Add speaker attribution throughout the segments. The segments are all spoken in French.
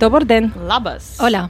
Speaker 1: Doborden.
Speaker 2: Labas.
Speaker 1: Hola.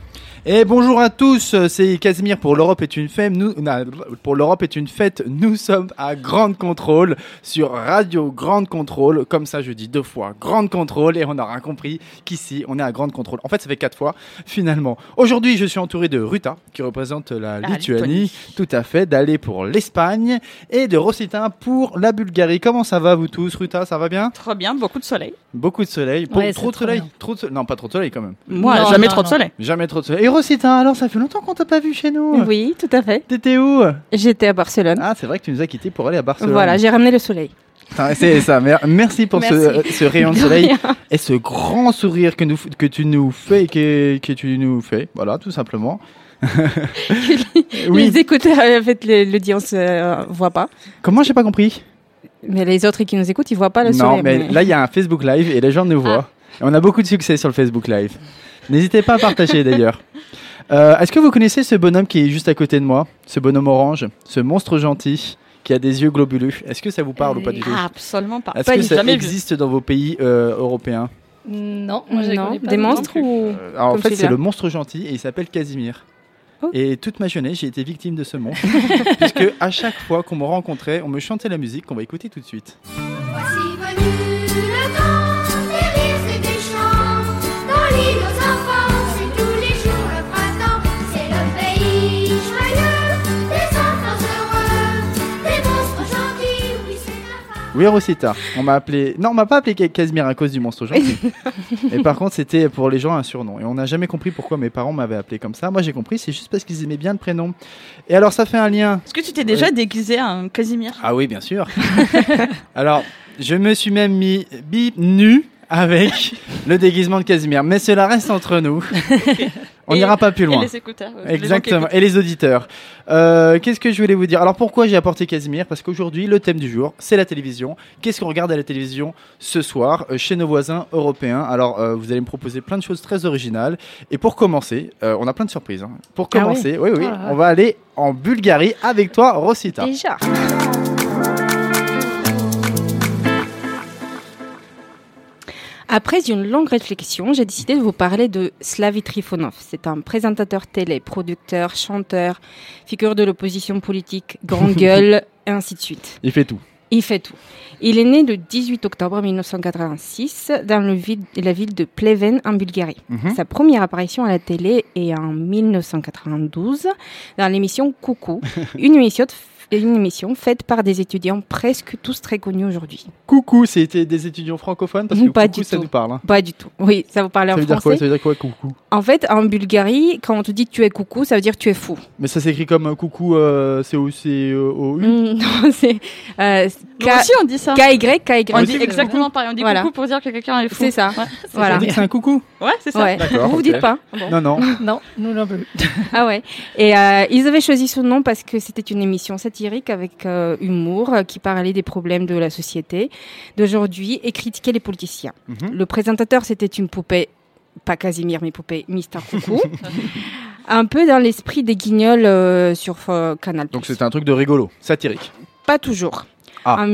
Speaker 3: Et bonjour à tous, c'est Casimir pour l'Europe est une fête. Nous, non, pour l'Europe est une fête. Nous sommes à Grande Contrôle sur Radio Grande Contrôle. Comme ça, je dis deux fois Grande Contrôle et on aura compris qu'ici, on est à Grande Contrôle. En fait, ça fait quatre fois finalement. Aujourd'hui, je suis entouré de Ruta qui représente la,
Speaker 1: Ah,
Speaker 2: La
Speaker 3: Lituanie, tout à fait, d'aller pour l'Espagne et de Rossita pour la Bulgarie. Comment ça va vous tous, Ruta Ça va bien
Speaker 2: Trop bien, beaucoup de soleil.
Speaker 3: Beaucoup de soleil, Bon,
Speaker 1: Ouais,
Speaker 3: trop de
Speaker 1: c'est trop
Speaker 3: soleil,
Speaker 1: bien.
Speaker 3: trop de soleil. Non, pas trop de soleil quand même.
Speaker 2: Moi,
Speaker 1: Non,
Speaker 2: jamais
Speaker 1: non,
Speaker 2: trop de
Speaker 1: non.
Speaker 2: soleil.
Speaker 3: Jamais trop de soleil. Et Rosita, alors ça fait longtemps qu'on t'a pas vu chez nous.
Speaker 1: Oui, tout à fait.
Speaker 3: T'étais où
Speaker 1: J'étais à Barcelone.
Speaker 3: Ah, c'est vrai que tu nous as quittés pour aller à Barcelone.
Speaker 1: Voilà, j'ai ramené le soleil.
Speaker 3: Putain, C'est ça. mer- Merci pour Ce,
Speaker 1: Merci.
Speaker 3: ce rayon de
Speaker 1: De
Speaker 3: soleil
Speaker 1: rien.
Speaker 3: et ce grand sourire que, nous, que tu nous fais et que, que tu nous fais. Voilà, tout simplement. oui.
Speaker 1: Les écouteurs, en fait, le- l'audience euh, voit pas.
Speaker 3: Comment j'ai pas compris
Speaker 1: Mais les autres qui nous écoutent, ils voient pas Ah, le
Speaker 3: Non,
Speaker 1: soleil. Ah.
Speaker 3: mais là, il y a un Facebook Live et les gens nous voient. Et on a beaucoup de succès sur le Facebook Live. N'hésitez pas à partager d'ailleurs. Euh, Est-ce que vous connaissez ce bonhomme qui est juste à côté de moi Ce bonhomme orange Ce monstre gentil qui a des yeux globuleux Est-ce que ça vous parle ou pas du tout
Speaker 2: Absolument pas.
Speaker 3: Est-ce
Speaker 2: Ah, Pas
Speaker 3: que
Speaker 2: du-
Speaker 3: ça
Speaker 2: jamais vu.
Speaker 3: existe dans vos pays euh, européens
Speaker 4: Non, moi je les
Speaker 1: Non,
Speaker 4: connais pas
Speaker 1: des
Speaker 4: non
Speaker 1: monstres
Speaker 4: plus.
Speaker 1: ou...
Speaker 3: Euh, alors, En
Speaker 1: Comme
Speaker 3: fait, c'est
Speaker 1: celui-là.
Speaker 3: le monstre gentil et il s'appelle Casimir.
Speaker 1: Oh.
Speaker 3: Et toute ma jeunesse, j'ai été victime de ce monstre, puisque à chaque fois qu'on me rencontrait, on me chantait la musique qu'on va écouter tout de suite.
Speaker 5: Voici venu le temps des rires et des chants. Dans l'île aux enfants, c'est tous les jours le printemps. C'est le pays joyeux des enfants heureux, des monstres gentils. Oui, c'est la femme.
Speaker 3: Oui, Rosita, on m'a appelé. Non, on m'a pas appelé Ca- Casimir à cause du monstre gentil. et par contre, c'était pour les gens un surnom. Et on n'a jamais compris pourquoi mes parents m'avaient appelé comme ça. Moi, j'ai compris, c'est juste parce qu'ils aimaient bien le prénom. Et alors, ça fait un lien
Speaker 2: Est-ce que tu t'es déjà déguisé en Casimir
Speaker 3: Ah oui, bien sûr. Alors, je me suis même mis bip nu avec le déguisement de Casimir, mais cela reste entre nous. On
Speaker 2: Et-
Speaker 3: n'ira pas plus
Speaker 2: Et
Speaker 3: loin.
Speaker 2: les écouteurs. euh, les gens qui
Speaker 3: Exactement. Et les auditeurs. Euh, Qu'est-ce que je voulais vous dire Alors pourquoi j'ai apporté Casimir Parce qu'aujourd'hui, le thème du jour, c'est la télévision. Qu'est-ce qu'on regarde à la télévision ce soir euh, chez nos voisins européens Alors euh, vous allez me proposer plein de choses très originales. Et pour commencer, euh, on a plein de surprises. hein. Pour
Speaker 1: Ah oui.
Speaker 3: commencer, oui, oui,
Speaker 1: Oh là là.
Speaker 3: on va aller en Bulgarie avec toi, Rosita.
Speaker 1: Déjà. Après une longue réflexion, j'ai décidé de vous parler de Slavi Trifonov. C'est un présentateur télé, producteur, chanteur, figure de l'opposition politique, grande gueule, et ainsi de suite.
Speaker 3: Il fait tout.
Speaker 1: Il fait tout. Il est né le 18 octobre 1986 dans le ville- la ville de Pleven en Bulgarie.
Speaker 3: Mhm.
Speaker 1: Sa première apparition à la télé est en 1992 dans l'émission Coucou, une émission, de f- une émission faite par des étudiants presque tous très connus aujourd'hui.
Speaker 3: Coucou, c'était des étudiants francophones parce que
Speaker 1: Pas
Speaker 3: coucou,
Speaker 1: du
Speaker 3: ça
Speaker 1: tout.
Speaker 3: nous parle. hein.
Speaker 1: Pas du tout. Oui, ça vous parle
Speaker 3: Ça
Speaker 1: en
Speaker 3: veut dire quoi
Speaker 1: français.
Speaker 3: Ça veut dire quoi coucou
Speaker 1: En fait, en Bulgarie, quand on te dit tu es coucou, ça veut dire tu es fou.
Speaker 3: Mais ça s'écrit comme euh, coucou euh, C O C O U.
Speaker 1: Mm, Non, c'est euh,
Speaker 2: écoutent. Nous aussi, on dit ça.
Speaker 1: K Y K Y.
Speaker 2: On dit exactement pareil. On dit
Speaker 1: Voilà.
Speaker 2: coucou pour dire que quelqu'un est fou.
Speaker 1: C'est ça.
Speaker 2: Ouais,
Speaker 1: Voilà.
Speaker 3: On dit que c'est un coucou.
Speaker 2: Ouais, c'est ça.
Speaker 1: Ouais.
Speaker 3: D'accord,
Speaker 1: Vous vous
Speaker 3: ok.
Speaker 1: dites pas.
Speaker 3: Non non.
Speaker 4: Non, nous non plus.
Speaker 1: Ah ouais. Et euh, ils avaient choisi ce nom parce que c'était une émission satirique avec euh, humour euh, qui parlait des problèmes de la société d'aujourd'hui et critiquait les politiciens.
Speaker 3: Mhm.
Speaker 1: Le présentateur, c'était une poupée, pas Casimir, mais poupée Mister Coucou. Un peu dans l'esprit des guignols euh, sur euh, Canal+.
Speaker 3: Donc c'était un truc de rigolo, satirique.
Speaker 1: Pas toujours.
Speaker 3: Ah.
Speaker 1: En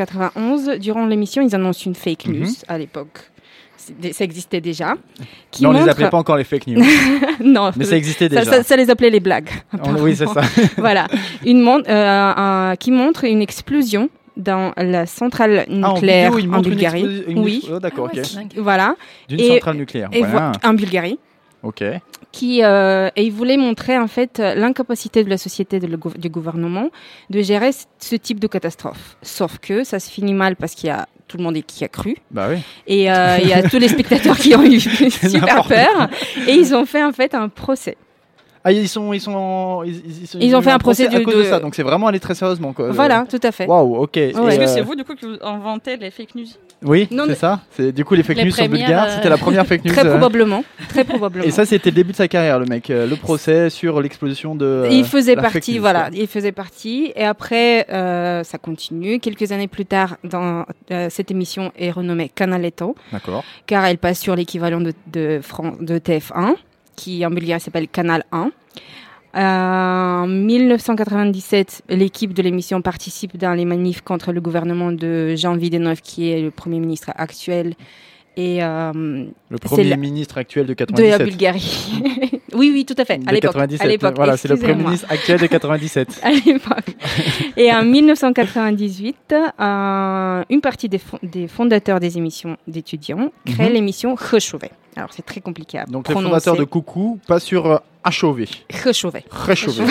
Speaker 1: 1991, durant l'émission, ils annoncent une fake news
Speaker 3: Mhm.
Speaker 1: à l'époque. C'est- Ça existait déjà. Qui
Speaker 3: non, on les
Speaker 1: montre-
Speaker 3: appelait pas encore les fake news,
Speaker 1: non,
Speaker 3: mais ça existait
Speaker 1: ça,
Speaker 3: déjà.
Speaker 1: ça- ça les appelait les blagues.
Speaker 3: On- oui, c'est ça.
Speaker 1: voilà, une mon- euh, un- qui montre une explosion dans la centrale
Speaker 3: Ah, en
Speaker 1: nucléaire
Speaker 3: vidéo, ils
Speaker 1: en
Speaker 3: montrent une
Speaker 1: Bulgarie.
Speaker 3: explosi- une
Speaker 1: oui,
Speaker 3: explosion- oh, d'accord,
Speaker 4: Ah ouais,
Speaker 3: ok.
Speaker 4: c'est dingue.
Speaker 1: voilà,
Speaker 3: D'une
Speaker 1: Et-
Speaker 3: centrale nucléaire.
Speaker 1: et
Speaker 3: voilà.
Speaker 1: vo- en Bulgarie,
Speaker 3: Ok.
Speaker 1: qui euh, et il voulait montrer en fait euh, l'incapacité de la société de le gouv- du gouvernement de gérer c- ce type de catastrophe. Sauf que ça se finit mal parce qu'il y a tout le monde qui a cru
Speaker 3: Bah oui.
Speaker 1: et euh, il y a tous les spectateurs qui ont eu super
Speaker 3: n'importe
Speaker 1: peur et ils ont fait en fait un procès.
Speaker 3: Ah, ils sont, ils sont, en- ils, ils sont-
Speaker 1: Ils ont
Speaker 3: eu
Speaker 1: fait un procès
Speaker 3: à
Speaker 1: de-
Speaker 3: cause
Speaker 1: de-
Speaker 3: de ça. Donc c'est vraiment allé très sérieusement quoi.
Speaker 1: Voilà, tout à fait.
Speaker 3: Waouh, ok. Et,
Speaker 1: Parce
Speaker 2: Est-ce que
Speaker 3: euh,
Speaker 2: c'est vous, du coup, qui vous inventez les fake news
Speaker 3: Oui,
Speaker 1: Non,
Speaker 3: c'est
Speaker 1: mais-
Speaker 3: ça. C'est du coup les fake
Speaker 4: Les
Speaker 3: news sont
Speaker 4: premières,
Speaker 3: bulgares.
Speaker 4: euh,
Speaker 3: C'était la première fake news.
Speaker 1: Très
Speaker 3: euh,
Speaker 1: probablement, très probablement.
Speaker 3: Et ça, c'était le début de sa carrière, le mec. euh, Le procès sur l'explosion de. euh,
Speaker 1: il faisait
Speaker 3: la fake
Speaker 1: partie,
Speaker 3: news,
Speaker 1: voilà,
Speaker 3: quoi.
Speaker 1: il faisait partie. Et après, euh, ça continue. Quelques années plus tard, dans euh, cette émission est renommée Canaletto,
Speaker 3: D'accord.
Speaker 1: car elle passe sur l'équivalent de, de, Fran- de TF1, qui en Bulgarie s'appelle Canal 1. Euh, En 1997, l'équipe de l'émission participe dans les manifs contre le gouvernement de Jean Videnov, qui est le premier ministre actuel. Et euh,
Speaker 3: Le
Speaker 1: C'est
Speaker 3: premier
Speaker 1: la-
Speaker 3: ministre actuel de
Speaker 1: de la
Speaker 3: 97.
Speaker 1: Bulgarie. oui, oui, tout à fait. À
Speaker 3: De
Speaker 1: l'époque. À
Speaker 3: 97.
Speaker 1: l'époque.
Speaker 3: Voilà, c'est le premier
Speaker 1: excusez-moi.
Speaker 3: ministre actuel de 97.
Speaker 1: à l'époque. Et en 1998, euh, une partie des, fon- des fondateurs des émissions d'étudiants crée
Speaker 3: Mhm.
Speaker 1: l'émission Rechauvet. Alors c'est très compliqué à
Speaker 3: Donc le
Speaker 1: prononcer.
Speaker 3: fondateur de Coucou, pas sur euh, achevé,
Speaker 1: Rechauvet.
Speaker 3: réchauffé,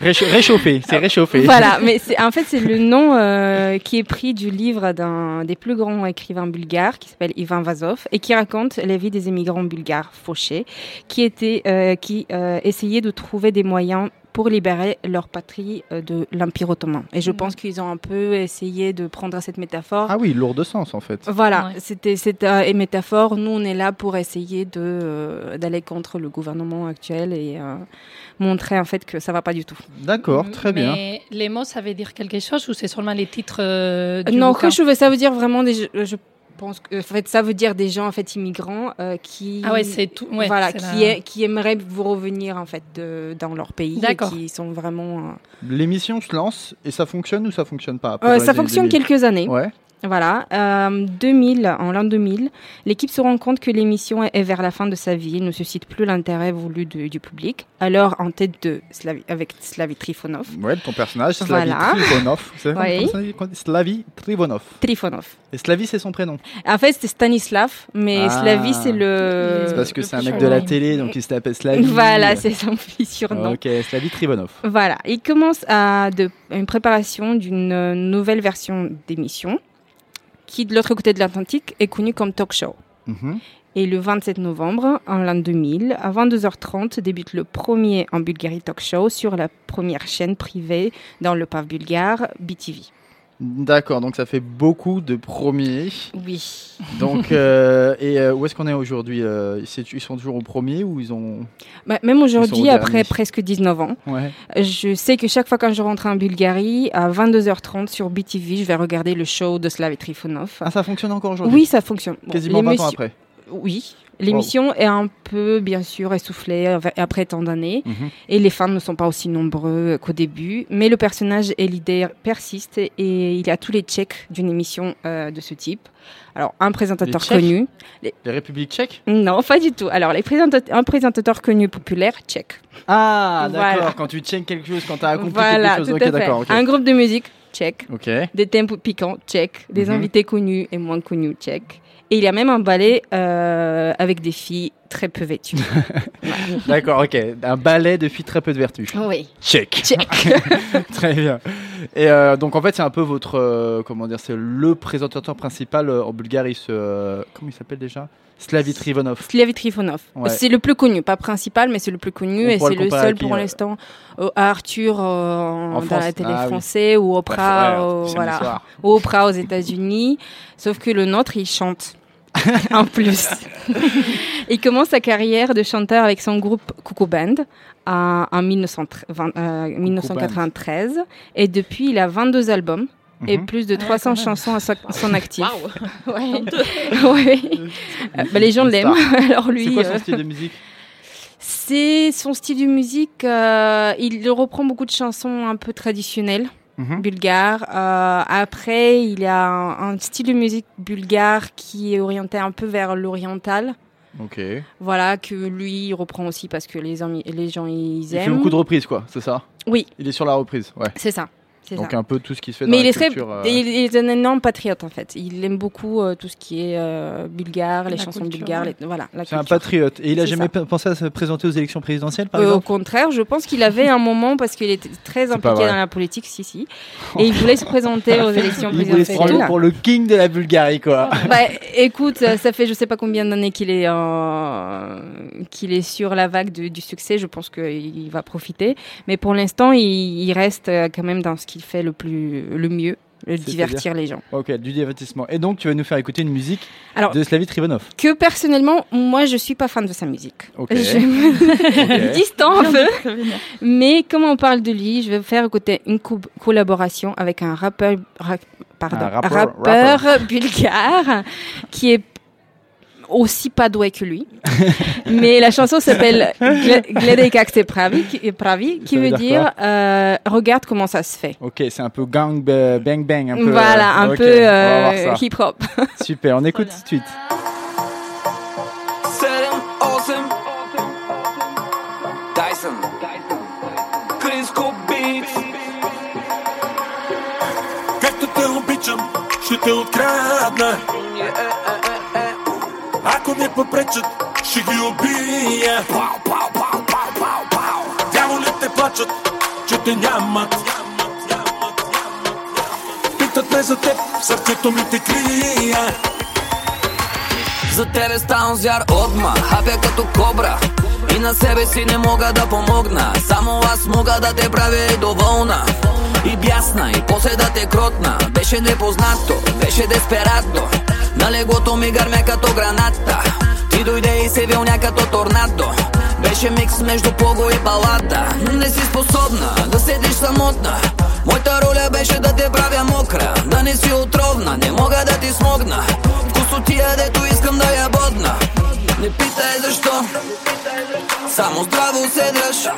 Speaker 3: Récha- réchauffé, c'est réchauffé.
Speaker 1: Voilà, mais c'est- en fait c'est le nom euh, qui est pris du livre d'un des plus grands écrivains bulgares qui s'appelle Ivan Vazov et qui raconte la vie des émigrants bulgares fauchés qui étaient euh, qui euh, essayaient de trouver des moyens pour libérer leur patrie euh, de l'Empire ottoman. Et je pense qu'ils ont un peu essayé de prendre cette métaphore.
Speaker 3: Ah oui, lourd de sens en fait.
Speaker 1: Voilà,
Speaker 4: Ouais.
Speaker 1: c'était cette euh, et métaphore. Nous, on est là pour essayer de euh, d'aller contre le gouvernement actuel et euh, montrer en fait que ça va pas du tout.
Speaker 3: D'accord, très bien.
Speaker 4: Mm, Mais les mots, ça veut dire quelque chose ou c'est seulement les titres euh, du
Speaker 1: non,
Speaker 4: bouquin
Speaker 1: Khrushchev, ça veut dire vraiment des. euh, je- Je pense que en fait, ça veut dire des gens en fait immigrants euh, qui.
Speaker 4: Ah ouais, c'est tout. ouais,
Speaker 1: voilà,
Speaker 4: c'est
Speaker 1: qui,
Speaker 4: la-
Speaker 1: est- qui aimeraient vous revenir en fait de- dans leur pays, et
Speaker 4: D'accord.
Speaker 1: qui sont vraiment.
Speaker 3: L'émission se lance et ça fonctionne ou ça fonctionne pas
Speaker 1: euh,
Speaker 3: après,
Speaker 1: Euh,
Speaker 3: dans
Speaker 1: ça
Speaker 3: les
Speaker 1: fonctionne
Speaker 3: débuts
Speaker 1: quelques années.
Speaker 3: Ouais.
Speaker 1: Voilà, euh, 2000, en l'an 2000, l'équipe se rend compte que l'émission est- est vers la fin de sa vie, ne suscite plus l'intérêt voulu de- du public. Alors, en tête de Slavi- avec Slavi Trifonov,
Speaker 3: Ouais, ton personnage, Slavi
Speaker 1: Voilà.
Speaker 3: Trifonov. C'est
Speaker 1: Oui.
Speaker 3: comme ça qu'on dit Slavi Trifonov.
Speaker 1: Trifonov.
Speaker 3: Et Slavi, c'est son prénom.
Speaker 1: En fait, c'est Stanislav, mais
Speaker 3: Ah.
Speaker 1: Slavi, c'est
Speaker 3: C'est
Speaker 1: le.
Speaker 3: parce que
Speaker 4: le
Speaker 3: c'est un
Speaker 4: prochain
Speaker 3: mec de la
Speaker 4: nom.
Speaker 3: télé, donc il s'appelle Slavi. Euh,
Speaker 1: Voilà, c'est son petit surnom.
Speaker 3: Ok, Slavi Trifonov.
Speaker 1: Voilà, il commence à de, une préparation d'une euh, nouvelle version d'émission qui, de l'autre côté de l'Atlantique, est connue comme talk show.
Speaker 3: Mhm.
Speaker 1: Et le 27 novembre, en l'an 2000, à 22h30, débute le premier en Bulgarie talk show sur la première chaîne privée dans le paf bulgare, BTV.
Speaker 3: D'accord, donc ça fait beaucoup de premiers.
Speaker 1: Oui.
Speaker 3: Donc, euh, et euh, où est-ce qu'on est aujourd'hui euh, c'est- Ils sont toujours au premier ou ils ont.
Speaker 1: Bah, même
Speaker 3: Ils sont
Speaker 1: aujourd'hui,
Speaker 3: au
Speaker 1: après
Speaker 3: dernier.
Speaker 1: presque 19 ans,
Speaker 3: Ouais.
Speaker 1: je sais que chaque fois quand je rentre en Bulgarie, à 22h30 sur BTV, je vais regarder le show de Slav et Trifonov.
Speaker 3: Ah, ça fonctionne encore aujourd'hui
Speaker 1: Oui, ça fonctionne. Bon,
Speaker 3: Quasiment 20 ans
Speaker 1: l'émission-
Speaker 3: après.
Speaker 1: Oui. L'émission est un peu, bien sûr, essoufflée av- après tant d'années.
Speaker 3: Mhm.
Speaker 1: Et les fans ne sont pas aussi nombreux qu'au début. Mais le personnage et l'idée persistent. Et il y a tous les checks d'une émission euh, de ce type. Alors, un présentateur
Speaker 3: Les checks
Speaker 1: connu.
Speaker 3: Les Républiques tchèques
Speaker 1: Non, pas du tout. Alors, les présentat- un présentateur connu populaire, tchèque.
Speaker 3: Ah, d'accord,
Speaker 1: Voilà.
Speaker 3: quand tu checkes quelque chose, quand tu as accompli
Speaker 1: Voilà,
Speaker 3: quelque chose.
Speaker 1: tout à
Speaker 3: ok,
Speaker 1: fait.
Speaker 3: d'accord. ok.
Speaker 1: Un groupe de musique, tchèque.
Speaker 3: Ok.
Speaker 1: Des thèmes piquants, tchèque. Des
Speaker 3: Mhm.
Speaker 1: invités connus et moins connus, tchèque. Et il y a même un ballet euh, avec des filles très peu vêtues.
Speaker 3: D'accord, ok. Un ballet de filles très peu de vertu.
Speaker 1: oui.
Speaker 3: Check.
Speaker 1: Check.
Speaker 3: très bien. Et euh, donc, en fait, c'est un peu votre. euh, comment dire C'est le présentateur principal euh, en Bulgarie, ce. euh, comment il s'appelle déjà Slavi Trifonov.
Speaker 1: Slavi Trifonov.
Speaker 3: Ouais.
Speaker 1: C'est le plus connu, pas principal, mais c'est le plus connu
Speaker 3: On
Speaker 1: et
Speaker 3: pourrait
Speaker 1: c'est
Speaker 3: le
Speaker 1: le
Speaker 3: comparer à
Speaker 1: seul
Speaker 3: qui,
Speaker 1: pour
Speaker 3: euh,
Speaker 1: l'instant euh, à Arthur euh, dans
Speaker 3: France
Speaker 1: la télé
Speaker 3: Ah oui.
Speaker 1: française ou Oprah,
Speaker 3: Ouais,
Speaker 1: euh,
Speaker 3: samedi
Speaker 1: voilà,
Speaker 3: soir.
Speaker 1: ou Oprah aux États-Unis. Sauf que le nôtre, il chante. en plus, il commence sa carrière de chanteur avec son groupe Coco Band à- en 1920, euh, 1993 et depuis il a 22 albums et
Speaker 3: Mhm.
Speaker 1: plus de 300 chansons à son, son actif.
Speaker 2: Waouh
Speaker 1: Ouais. Ouais. Euh, bah, les gens
Speaker 3: Une
Speaker 1: l'aiment. Alors
Speaker 3: C'est
Speaker 1: lui,
Speaker 3: quoi son
Speaker 1: euh,
Speaker 3: style de musique
Speaker 1: c'est son style de musique. euh, il reprend beaucoup de chansons un peu traditionnelles
Speaker 3: Mhm.
Speaker 1: bulgares. Euh, après, il a un, un style de musique bulgare qui est orienté un peu vers l'oriental.
Speaker 3: Ok.
Speaker 1: Voilà que lui il reprend aussi parce que les, ami- les gens ils
Speaker 3: Il fait
Speaker 1: aiment.
Speaker 3: beaucoup de reprises, quoi, c'est ça
Speaker 1: Oui.
Speaker 3: Il est sur la reprise, ouais.
Speaker 1: C'est ça. c'est
Speaker 3: Donc
Speaker 1: ça.
Speaker 3: un peu tout ce qui se fait dans
Speaker 1: Mais il
Speaker 3: la
Speaker 1: est, très,
Speaker 3: culture. euh,
Speaker 1: il, il est un énorme patriote en fait. Il aime beaucoup euh, tout ce qui est euh, bulgare, les
Speaker 2: La
Speaker 1: chansons
Speaker 2: culture,
Speaker 1: bulgares,
Speaker 2: ouais.
Speaker 1: les- voilà. la
Speaker 3: C'est un
Speaker 1: culture.
Speaker 3: patriote. Et il a
Speaker 1: C'est
Speaker 3: jamais pe-
Speaker 1: ça.
Speaker 3: pensé à se présenter aux élections présidentielles, par
Speaker 1: Euh, au
Speaker 3: exemple
Speaker 1: contraire, je pense qu'il avait un moment parce qu'il était très
Speaker 3: pas
Speaker 1: impliqué
Speaker 3: vrai.
Speaker 1: dans la politique, si si, et il voulait se présenter aux élections
Speaker 3: Il voulait se prendre
Speaker 1: présidentielles.
Speaker 3: pour le king de la Bulgarie, quoi.
Speaker 1: Bah, écoute, euh, ça fait je sais pas combien d'années qu'il est en- qu'il est sur la vague du, du succès. Je pense qu'il va profiter, mais pour l'instant, il, il reste euh, quand même dans ce qu'il fait le plus, le mieux, le
Speaker 3: C'est-à-dire
Speaker 1: divertir les gens.
Speaker 3: ok, du divertissement. Et donc, tu vas nous faire écouter une musique
Speaker 1: Alors-
Speaker 3: de Slavik Trivanov.
Speaker 1: que personnellement, moi, je suis pas fan de sa musique.
Speaker 3: Ok.
Speaker 1: Je me distance un peu. Mais comme on parle de lui, je vais faire écouter une co- collaboration avec un rappeur, ra- pardon,
Speaker 3: Un rappeur,
Speaker 1: rappeur bulgare qui est aussi padoué que lui. Mais la chanson s'appelle Gle- Gledekak te pravi, qui- pravi, qui
Speaker 3: Ça veut
Speaker 1: veut
Speaker 3: dire
Speaker 1: dire euh, regarde comment ça se fait.
Speaker 3: Ok, c'est un peu gang ba- bang bang. Un peu, euh,
Speaker 1: voilà, un
Speaker 3: ok,
Speaker 1: peu
Speaker 3: on va
Speaker 1: euh,
Speaker 3: voir ça.
Speaker 1: hip-hop.
Speaker 3: Super, on écoute
Speaker 6: bien.
Speaker 3: tout de suite.
Speaker 7: Sedam, osem Dyson Crisco Beats
Speaker 5: Както те обичам, ще те открадна. Ако не попречат, ще ги убия. Пау, пау, пау, пау, пау, пау. Дяволите плачат, че те нямат. Питат ме за теб, сърцето ми те крия.
Speaker 7: За тебе ставам звяр отма Хапя като кобра И на себе си не мога да помогна Само аз мога да те правя и доволна И бясна, и после да те кротна Беше непознато, беше десператно На легото ми гърмя като граната Ти дойде и се вилня като торнадо Беше микс между пого и балада Не си способна да седиш самотна Моята роля беше да те правя мокра Да не си отровна, не мога да ти смогна Вкусотия, дето искам да я бодна Не питай защо Само здраво се дръж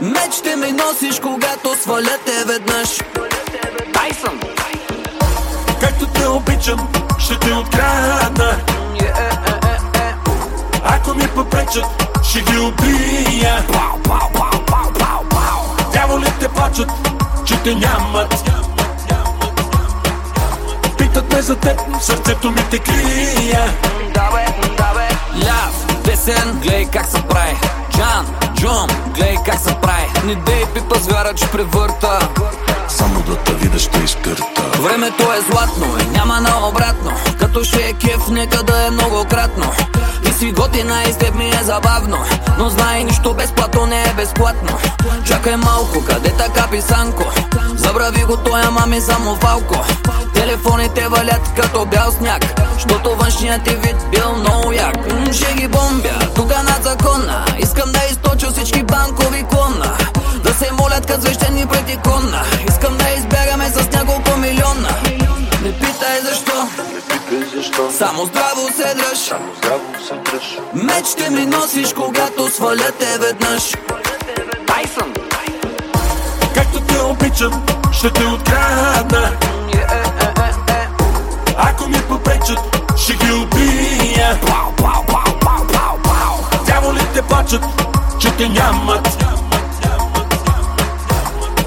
Speaker 7: Мечте ми носиш, когато сваля те веднъж Тайсън
Speaker 5: Както те обичам, ще те открадна. Ако ми попречат, ще ги убия. Пау, пау, пау, пау, пау, пау. Дяволите плачат, че те нямат. Питат ме за теб, сърцето ми те крия.
Speaker 7: Давай, давай Ляв, десен, гледай как се прави Джан, Джон, гледай как се прави Не дей пипа звяра, че превърта
Speaker 5: Само да те видя ще изкърта.
Speaker 7: Времето е златно и няма на обратно Като ще е кеф, нека да е многократно И си готина и с теб ми е забавно Но знай, нищо безплатно не е безплатно Чакай малко, къде така писанко? Забрави го тоя мами само фалко Телефоните валят като бял сняг Щото външният ти вид бил много як М, Ще ги бомбя, тук над закона Искам да източа всички банкови клона Да се молят като свещени пред икона Искам да избягаме с няколко милиона Не питай защо Само здраво се дръж Мечте ми носиш, когато сваля те веднъж Тайсън
Speaker 5: Както те обичам, ще те открадна. Ако ми попречат, ще ги убия. Пау, пау, пау, пау, пау, пау. Дяволите плачат, че те нямат.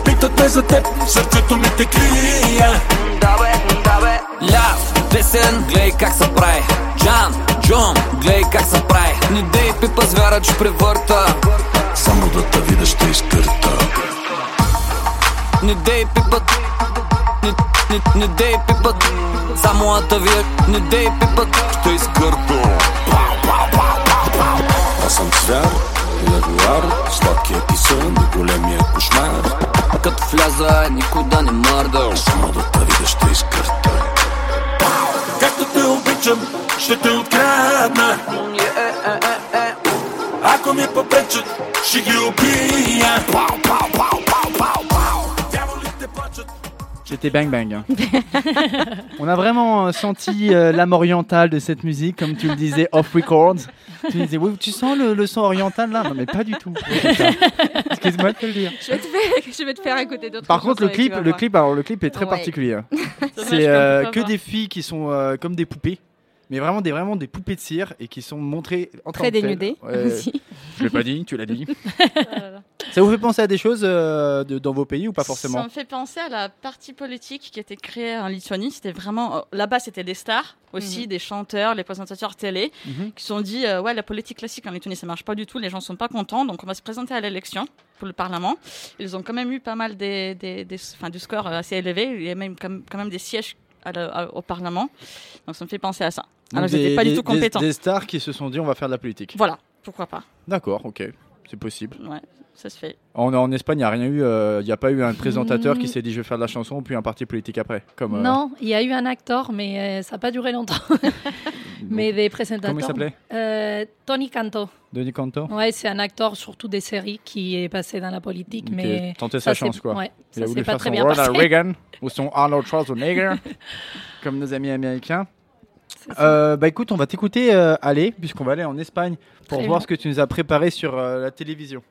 Speaker 5: Питат ме за теб, сърцето ми те крия.
Speaker 7: Даве, даве Ляв, десен, гледай как се прави Джан, Джон, гледай как се прави Не дей пипа звяра, че превърта
Speaker 5: Само да те видя ще изкърта.
Speaker 7: Не дей пипат Не, не, не дей пипат Само атавия Не дей пипат Ще изкърта
Speaker 5: Аз съм цвяр, е ягуар, сладкият ти сън, големия кошмар.
Speaker 7: Като вляза никуда не мърдаш
Speaker 5: Само да те видя ще изкърта. Както те обичам, ще те открадна. Е, Ако ми попречат, ще ги убия. Пау, пау, пау, пау, пау, пау. Дяволите плачат.
Speaker 3: J'étais bang bang. hein. On a vraiment euh, senti euh, l'âme orientale de cette musique, comme tu le disais off record. Tu disais, oui, tu sens le, le son oriental là Non, mais pas du tout. Excuse-moi de te le dire.
Speaker 1: Je vais te faire, je vais te faire écouter d'autres.
Speaker 3: Par contre, le
Speaker 1: chansons et tu
Speaker 3: clip,
Speaker 1: vas
Speaker 3: le
Speaker 1: voir.
Speaker 3: clip, alors le clip est très
Speaker 1: Ouais.
Speaker 3: particulier. hein. C'est
Speaker 6: C'est
Speaker 3: euh, que des filles qui sont euh, comme des poupées, mais vraiment des vraiment des poupées de cire et qui sont montrées en
Speaker 1: très
Speaker 3: tant que telles.
Speaker 1: dénudé
Speaker 3: Ouais.
Speaker 1: aussi.
Speaker 3: Je l'ai pas dit, tu l'as dit. Ça vous fait penser à des choses euh, de- dans vos pays ou pas forcément
Speaker 2: Ça me fait penser à la partie politique qui était créée en Lituanie. C'était vraiment euh, là-bas, c'était des stars aussi, des chanteurs, les présentateurs télé,
Speaker 3: Mhm.
Speaker 2: qui se sont dit euh, ouais la politique classique en Lituanie ça marche pas du tout, les gens sont pas contents, donc on va se présenter à l'élection pour le parlement. Ils ont quand même eu pas mal des, des, des- enfin, du score euh, assez élevé, il y a même comme- quand même des sièges à la- à- au parlement. Donc ça me fait penser à ça. Alors
Speaker 3: Donc,
Speaker 2: j'étais
Speaker 3: des-
Speaker 2: pas du
Speaker 3: des-
Speaker 2: tout
Speaker 3: des-
Speaker 2: compétent.
Speaker 3: Des, stars qui se sont dit on va faire de la politique.
Speaker 2: Voilà, pourquoi pas.
Speaker 3: D'accord, ok, c'est possible.
Speaker 2: Ouais, ça se fait.
Speaker 3: En, en Espagne, il n'y a rien eu, euh, il n'y a pas eu un présentateur
Speaker 4: Mm.
Speaker 3: qui s'est dit je vais faire de la chanson, puis un parti politique après. Comme, euh,
Speaker 4: Non, il y a eu un acteur, mais euh, ça n'a pas duré longtemps. mais des présentateurs.
Speaker 3: Comment il s'appelait
Speaker 4: Euh, Tony Canto.
Speaker 3: Denis Cantor
Speaker 4: Ouais, c'est un acteur surtout des séries qui est passé dans la politique,
Speaker 3: qui
Speaker 4: mais
Speaker 3: a tenté
Speaker 4: ça
Speaker 3: sa
Speaker 4: s'est-
Speaker 3: chance quoi.
Speaker 4: Ouais,
Speaker 3: il a
Speaker 4: ça
Speaker 3: voulu
Speaker 4: s'est
Speaker 3: faire son
Speaker 4: pas très bien passé.
Speaker 3: Ronald Reagan ou son Arnold Schwarzenegger, comme nos amis américains. Euh, bah écoute, on va t'écouter euh, aller, puisqu'on va aller en Espagne pour
Speaker 8: Très
Speaker 3: voir
Speaker 8: bien.
Speaker 3: ce que tu nous as préparé sur euh, la télévision.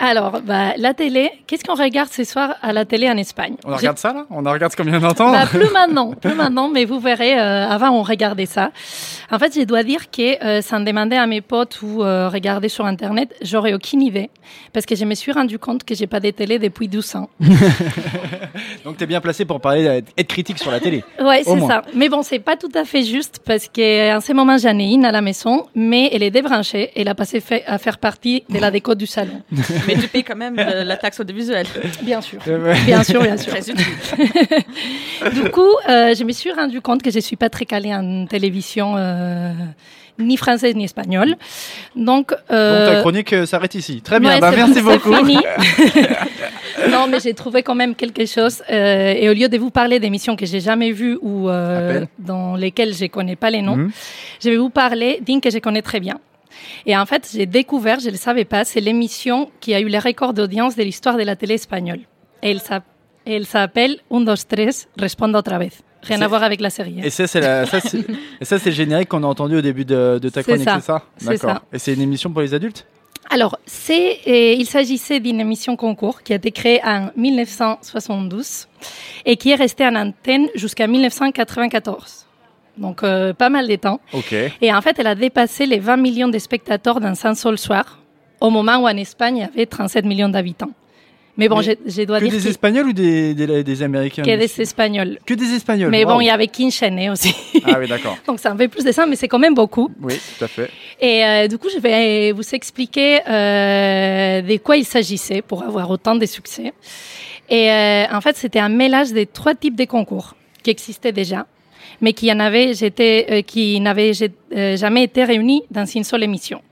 Speaker 4: Alors, bah, la télé, qu'est-ce qu'on regarde ce soir à la télé en Espagne
Speaker 3: On en
Speaker 4: J'ai-
Speaker 3: regarde ça là On en regarde ce qu'on vient d'entendre
Speaker 4: Bah, plus maintenant, plus maintenant, mais vous verrez, euh, avant on regardait ça. En fait, je dois dire que euh, sans demander à mes potes ou euh, regarder sur Internet, j'aurais aucune idée, parce que je me suis rendu compte que j'ai pas de télé depuis 12 ans.
Speaker 3: Donc t'es bien placé pour parler, euh, être critique sur la télé.
Speaker 4: Ouais,
Speaker 3: Au
Speaker 4: c'est
Speaker 3: moins.
Speaker 4: ça. Mais bon, c'est pas tout à fait juste parce que euh, en ce moment j'en ai une à la maison, mais elle est débranchée. Elle a passé fait- à faire partie de la déco du salon.
Speaker 2: Mais tu payes quand même euh, la taxe audiovisuelle.
Speaker 4: Bien sûr.
Speaker 2: Euh, ouais.
Speaker 4: Bien sûr, bien sûr.
Speaker 2: Très utile.
Speaker 4: du coup, euh, je me suis rendu compte que je suis pas très calée en télévision, euh, ni française ni espagnole. Donc, euh,
Speaker 3: Donc ta chronique euh, s'arrête ici. Très bien,
Speaker 4: ouais,
Speaker 3: bah,
Speaker 4: c'est-
Speaker 3: merci
Speaker 4: c'est
Speaker 3: beaucoup.
Speaker 4: fini. non, mais j'ai trouvé quand même quelque chose. euh, et au lieu de vous parler d'émissions que j'ai jamais vues ou euh,
Speaker 9: Appel.
Speaker 4: dans lesquelles je connais pas les noms,
Speaker 9: Mhm.
Speaker 4: je vais vous parler d'une que je connais très bien. Et en fait, j'ai découvert, je ne le savais pas, c'est l'émission qui a eu le record d'audience de l'histoire de la télé espagnole. Et elle s'app- elle s'appelle 1, 2, 3, Responda otra vez. Rien
Speaker 3: C'est-
Speaker 4: à voir avec la série. hein.
Speaker 3: Et ça, c'est la- ça, c'est- et ça, c'est le générique qu'on a entendu au début de, de ta
Speaker 4: C'est
Speaker 3: chronique,
Speaker 4: ça.
Speaker 3: c'est ça
Speaker 4: C'est
Speaker 3: D'accord.
Speaker 4: ça.
Speaker 3: Et c'est une émission pour les adultes
Speaker 4: Alors, c'est, euh, il s'agissait d'une émission concours qui a été créée en 1972 et qui est restée en antenne jusqu'à 1994. Donc, euh, pas mal de temps.
Speaker 3: Ok.
Speaker 4: Et en fait, elle a dépassé les 20 millions de spectateurs dans un seul soir, au moment où en Espagne, il y avait 37 millions d'habitants. Mais bon,
Speaker 3: Mais
Speaker 4: je, je dois
Speaker 3: que
Speaker 4: dire
Speaker 3: des
Speaker 4: qu'il-
Speaker 3: Espagnols ou des, des, des Américains
Speaker 4: qu'il y a des Espagnols.
Speaker 3: Que des Espagnols.
Speaker 4: Mais bon,
Speaker 3: waouh.
Speaker 4: il y avait Quinchenet aussi.
Speaker 3: Euh, Ah oui, d'accord.
Speaker 4: Donc, ça en fait plus de ça, mais c'est quand même beaucoup.
Speaker 3: Oui, tout à fait.
Speaker 4: Et euh, du coup, je vais vous expliquer euh, de quoi il s'agissait pour avoir autant de succès. Et euh, en fait, c'était un mélange des trois types de concours qui existaient déjà, mais qui en avaient, j'étais, euh, qui n'avaient j'ai- euh, jamais été réunis dans une seule émission.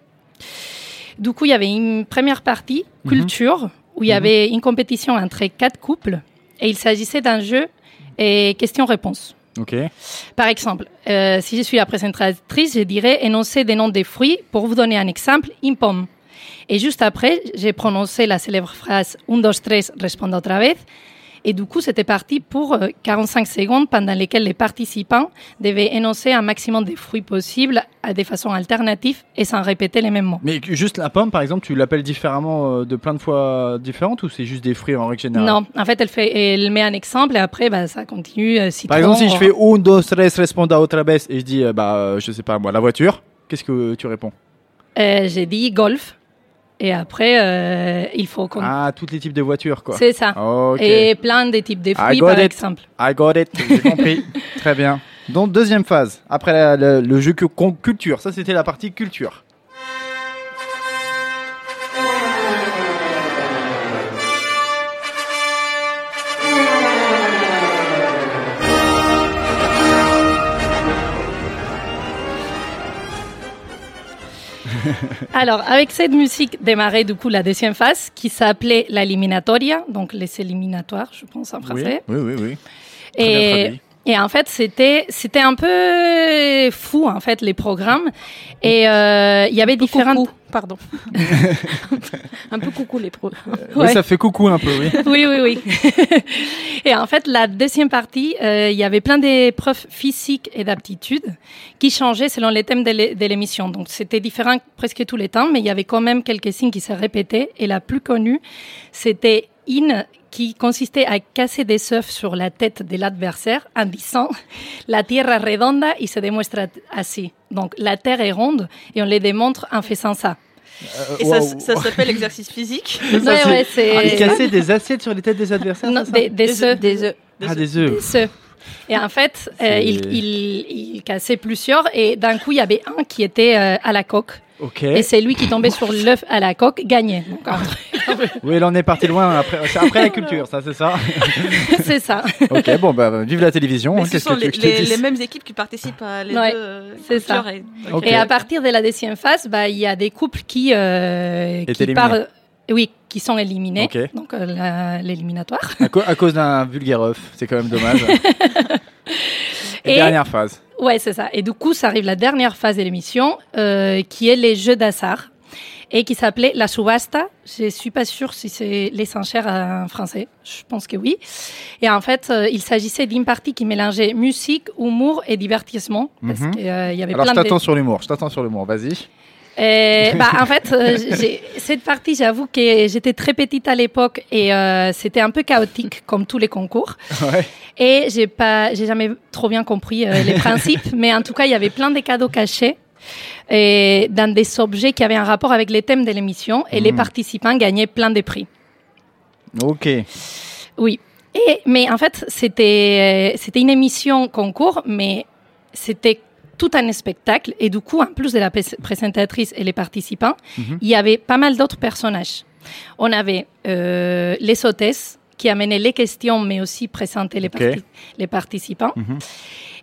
Speaker 4: Du coup, il y avait une première partie, culture, où il y avait une compétition entre quatre couples, et il s'agissait d'un jeu et questions-réponses.
Speaker 3: Ok.
Speaker 4: Par exemple, euh, si je suis la présentatrice, je dirais énoncer des noms des fruits. Pour vous donner un exemple, une pomme. Et juste après, j'ai prononcé la célèbre phrase 1, 2, 3, responde otra vez. Et du coup, c'était parti pour euh, 45 secondes pendant lesquelles les participants devaient énoncer un maximum de fruits possibles à des façons alternatives et sans répéter les mêmes mots.
Speaker 3: Mais juste la pomme, par exemple, tu l'appelles différemment euh, de plein de fois différentes ou c'est juste des fruits en règle générale
Speaker 4: Non, en fait, elle, fait, elle met un exemple et après, bah, ça continue. euh,
Speaker 3: Par
Speaker 4: citron,
Speaker 3: exemple, si je
Speaker 4: or-
Speaker 3: fais un, dos, tres, responda otra vez et je dis, euh, bah, euh, je sais pas moi, la voiture, qu'est-ce que euh, tu réponds
Speaker 4: Euh, j'ai dit golf. Et après, euh, il faut qu'on
Speaker 3: Ah, oh, tous les types de voitures, quoi.
Speaker 4: C'est ça.
Speaker 3: Ok.
Speaker 4: Et plein de types de
Speaker 3: I
Speaker 4: fruits,
Speaker 3: got
Speaker 4: par
Speaker 3: it.
Speaker 4: exemple.
Speaker 3: I got it. J'ai compris. Très bien. Donc, deuxième phase. Après la- le, le jeu que- con- culture. Ça, c'était la partie culture.
Speaker 4: Alors, avec cette musique démarrait du coup la deuxième phase qui s'appelait l'éliminatoria, donc les éliminatoires, je pense en français.
Speaker 3: Oui, oui, oui. Très bien
Speaker 4: Et
Speaker 3: traduit.
Speaker 4: Et en fait, c'était c'était un peu fou en fait les programmes et euh, il y avait différentes
Speaker 1: Coucou, pardon. un peu coucou les pros.
Speaker 3: Oui,
Speaker 4: Ouais.
Speaker 3: ça fait coucou un peu, oui.
Speaker 4: oui, oui, oui. et en fait, la deuxième partie, euh, il y avait plein d'épreuves physiques et d'aptitudes qui changeaient selon les thèmes de l'é- de l'émission. Donc, c'était différent presque tous les temps, mais il y avait quand même quelques signes qui se répétaient. Et la plus connue, c'était In, qui consistait à casser des œufs sur la tête de l'adversaire en disant La Tierra es redonda y se demuestra así. Donc, la Terre est ronde et on les démontre en faisant ça.
Speaker 3: Euh,
Speaker 2: Et ça, ça s'appelle l'exercice physique.
Speaker 4: Ouais, ouais, c'est-
Speaker 3: Ils cassaient Ah, des assiettes sur les têtes des adversaires
Speaker 4: Non,
Speaker 3: c'est ça
Speaker 4: des, des œufs.
Speaker 1: Des œufs.
Speaker 3: Ah, des œufs.
Speaker 4: Ce. Et en fait, euh,
Speaker 3: C'est-
Speaker 4: il, il, il cassait plusieurs et d'un coup, il y avait un qui était euh, à la coque.
Speaker 3: Ok.
Speaker 4: Et c'est lui qui tombait sur l'œuf à la coque, gagnait. Donc, en vrai,
Speaker 3: Oui, là, on est parti loin. Après, c'est après la culture, ça, c'est ça.
Speaker 4: c'est ça.
Speaker 3: ok, bon, bah, vive la télévision.
Speaker 2: Mais
Speaker 3: hein,
Speaker 2: ce
Speaker 3: Qu'est-ce
Speaker 2: sont
Speaker 3: que tu
Speaker 2: les,
Speaker 3: veux que je te
Speaker 2: les- les
Speaker 3: dise
Speaker 2: mêmes équipes qui participent à les
Speaker 4: Ouais,
Speaker 2: deux. euh,
Speaker 4: c'est ça.
Speaker 2: cultures et-
Speaker 3: Ok.
Speaker 4: Et à partir de la deuxième phase, bah, il y a des couples qui, euh,
Speaker 3: Étaient
Speaker 4: qui
Speaker 3: éliminés.
Speaker 4: partent. Oui, qui sont éliminés.
Speaker 3: Ok.
Speaker 4: Donc, euh, la- l'éliminatoire.
Speaker 3: à, co- à cause d'un vulgaire œuf, c'est quand même dommage. Et,
Speaker 4: Et-
Speaker 3: dernière phase.
Speaker 4: Ouais, c'est ça. Et du coup, ça arrive la dernière phase de l'émission, euh, qui est les jeux d'azar et qui s'appelait la subasta. Je suis pas sûre si c'est les enchères en français. Je pense que oui. Et en fait, euh, il s'agissait d'une partie qui mélangeait musique, humour et divertissement. Parce
Speaker 3: Mhm.
Speaker 4: qu'il y avait
Speaker 3: Alors, je
Speaker 4: plein de...
Speaker 3: t'attends sur l'humour. Je t'attends sur l'humour. Vas-y.
Speaker 4: Euh, bah, en fait, euh, j'ai- cette partie, j'avoue que j'étais très petite à l'époque et euh, c'était un peu chaotique comme tous les concours.
Speaker 3: Ouais.
Speaker 4: Et j'ai pas, j'ai jamais trop bien compris euh, les principes, mais en tout cas, il y avait plein de cadeaux cachés et dans des objets qui avaient un rapport avec les thèmes de l'émission et les
Speaker 3: Mhm.
Speaker 4: participants gagnaient plein de prix.
Speaker 3: Ok.
Speaker 4: Oui. Et, mais en fait, c'était, euh, c'était une émission concours, mais c'était tout un spectacle. Et du coup, en plus de la pres- présentatrice et les participants,
Speaker 3: Mhm.
Speaker 4: il y avait pas mal d'autres personnages. On avait euh, les hôtesses qui amenaient les questions, mais aussi présentaient les,
Speaker 3: Ok.
Speaker 4: parti- les participants.
Speaker 3: Mhm.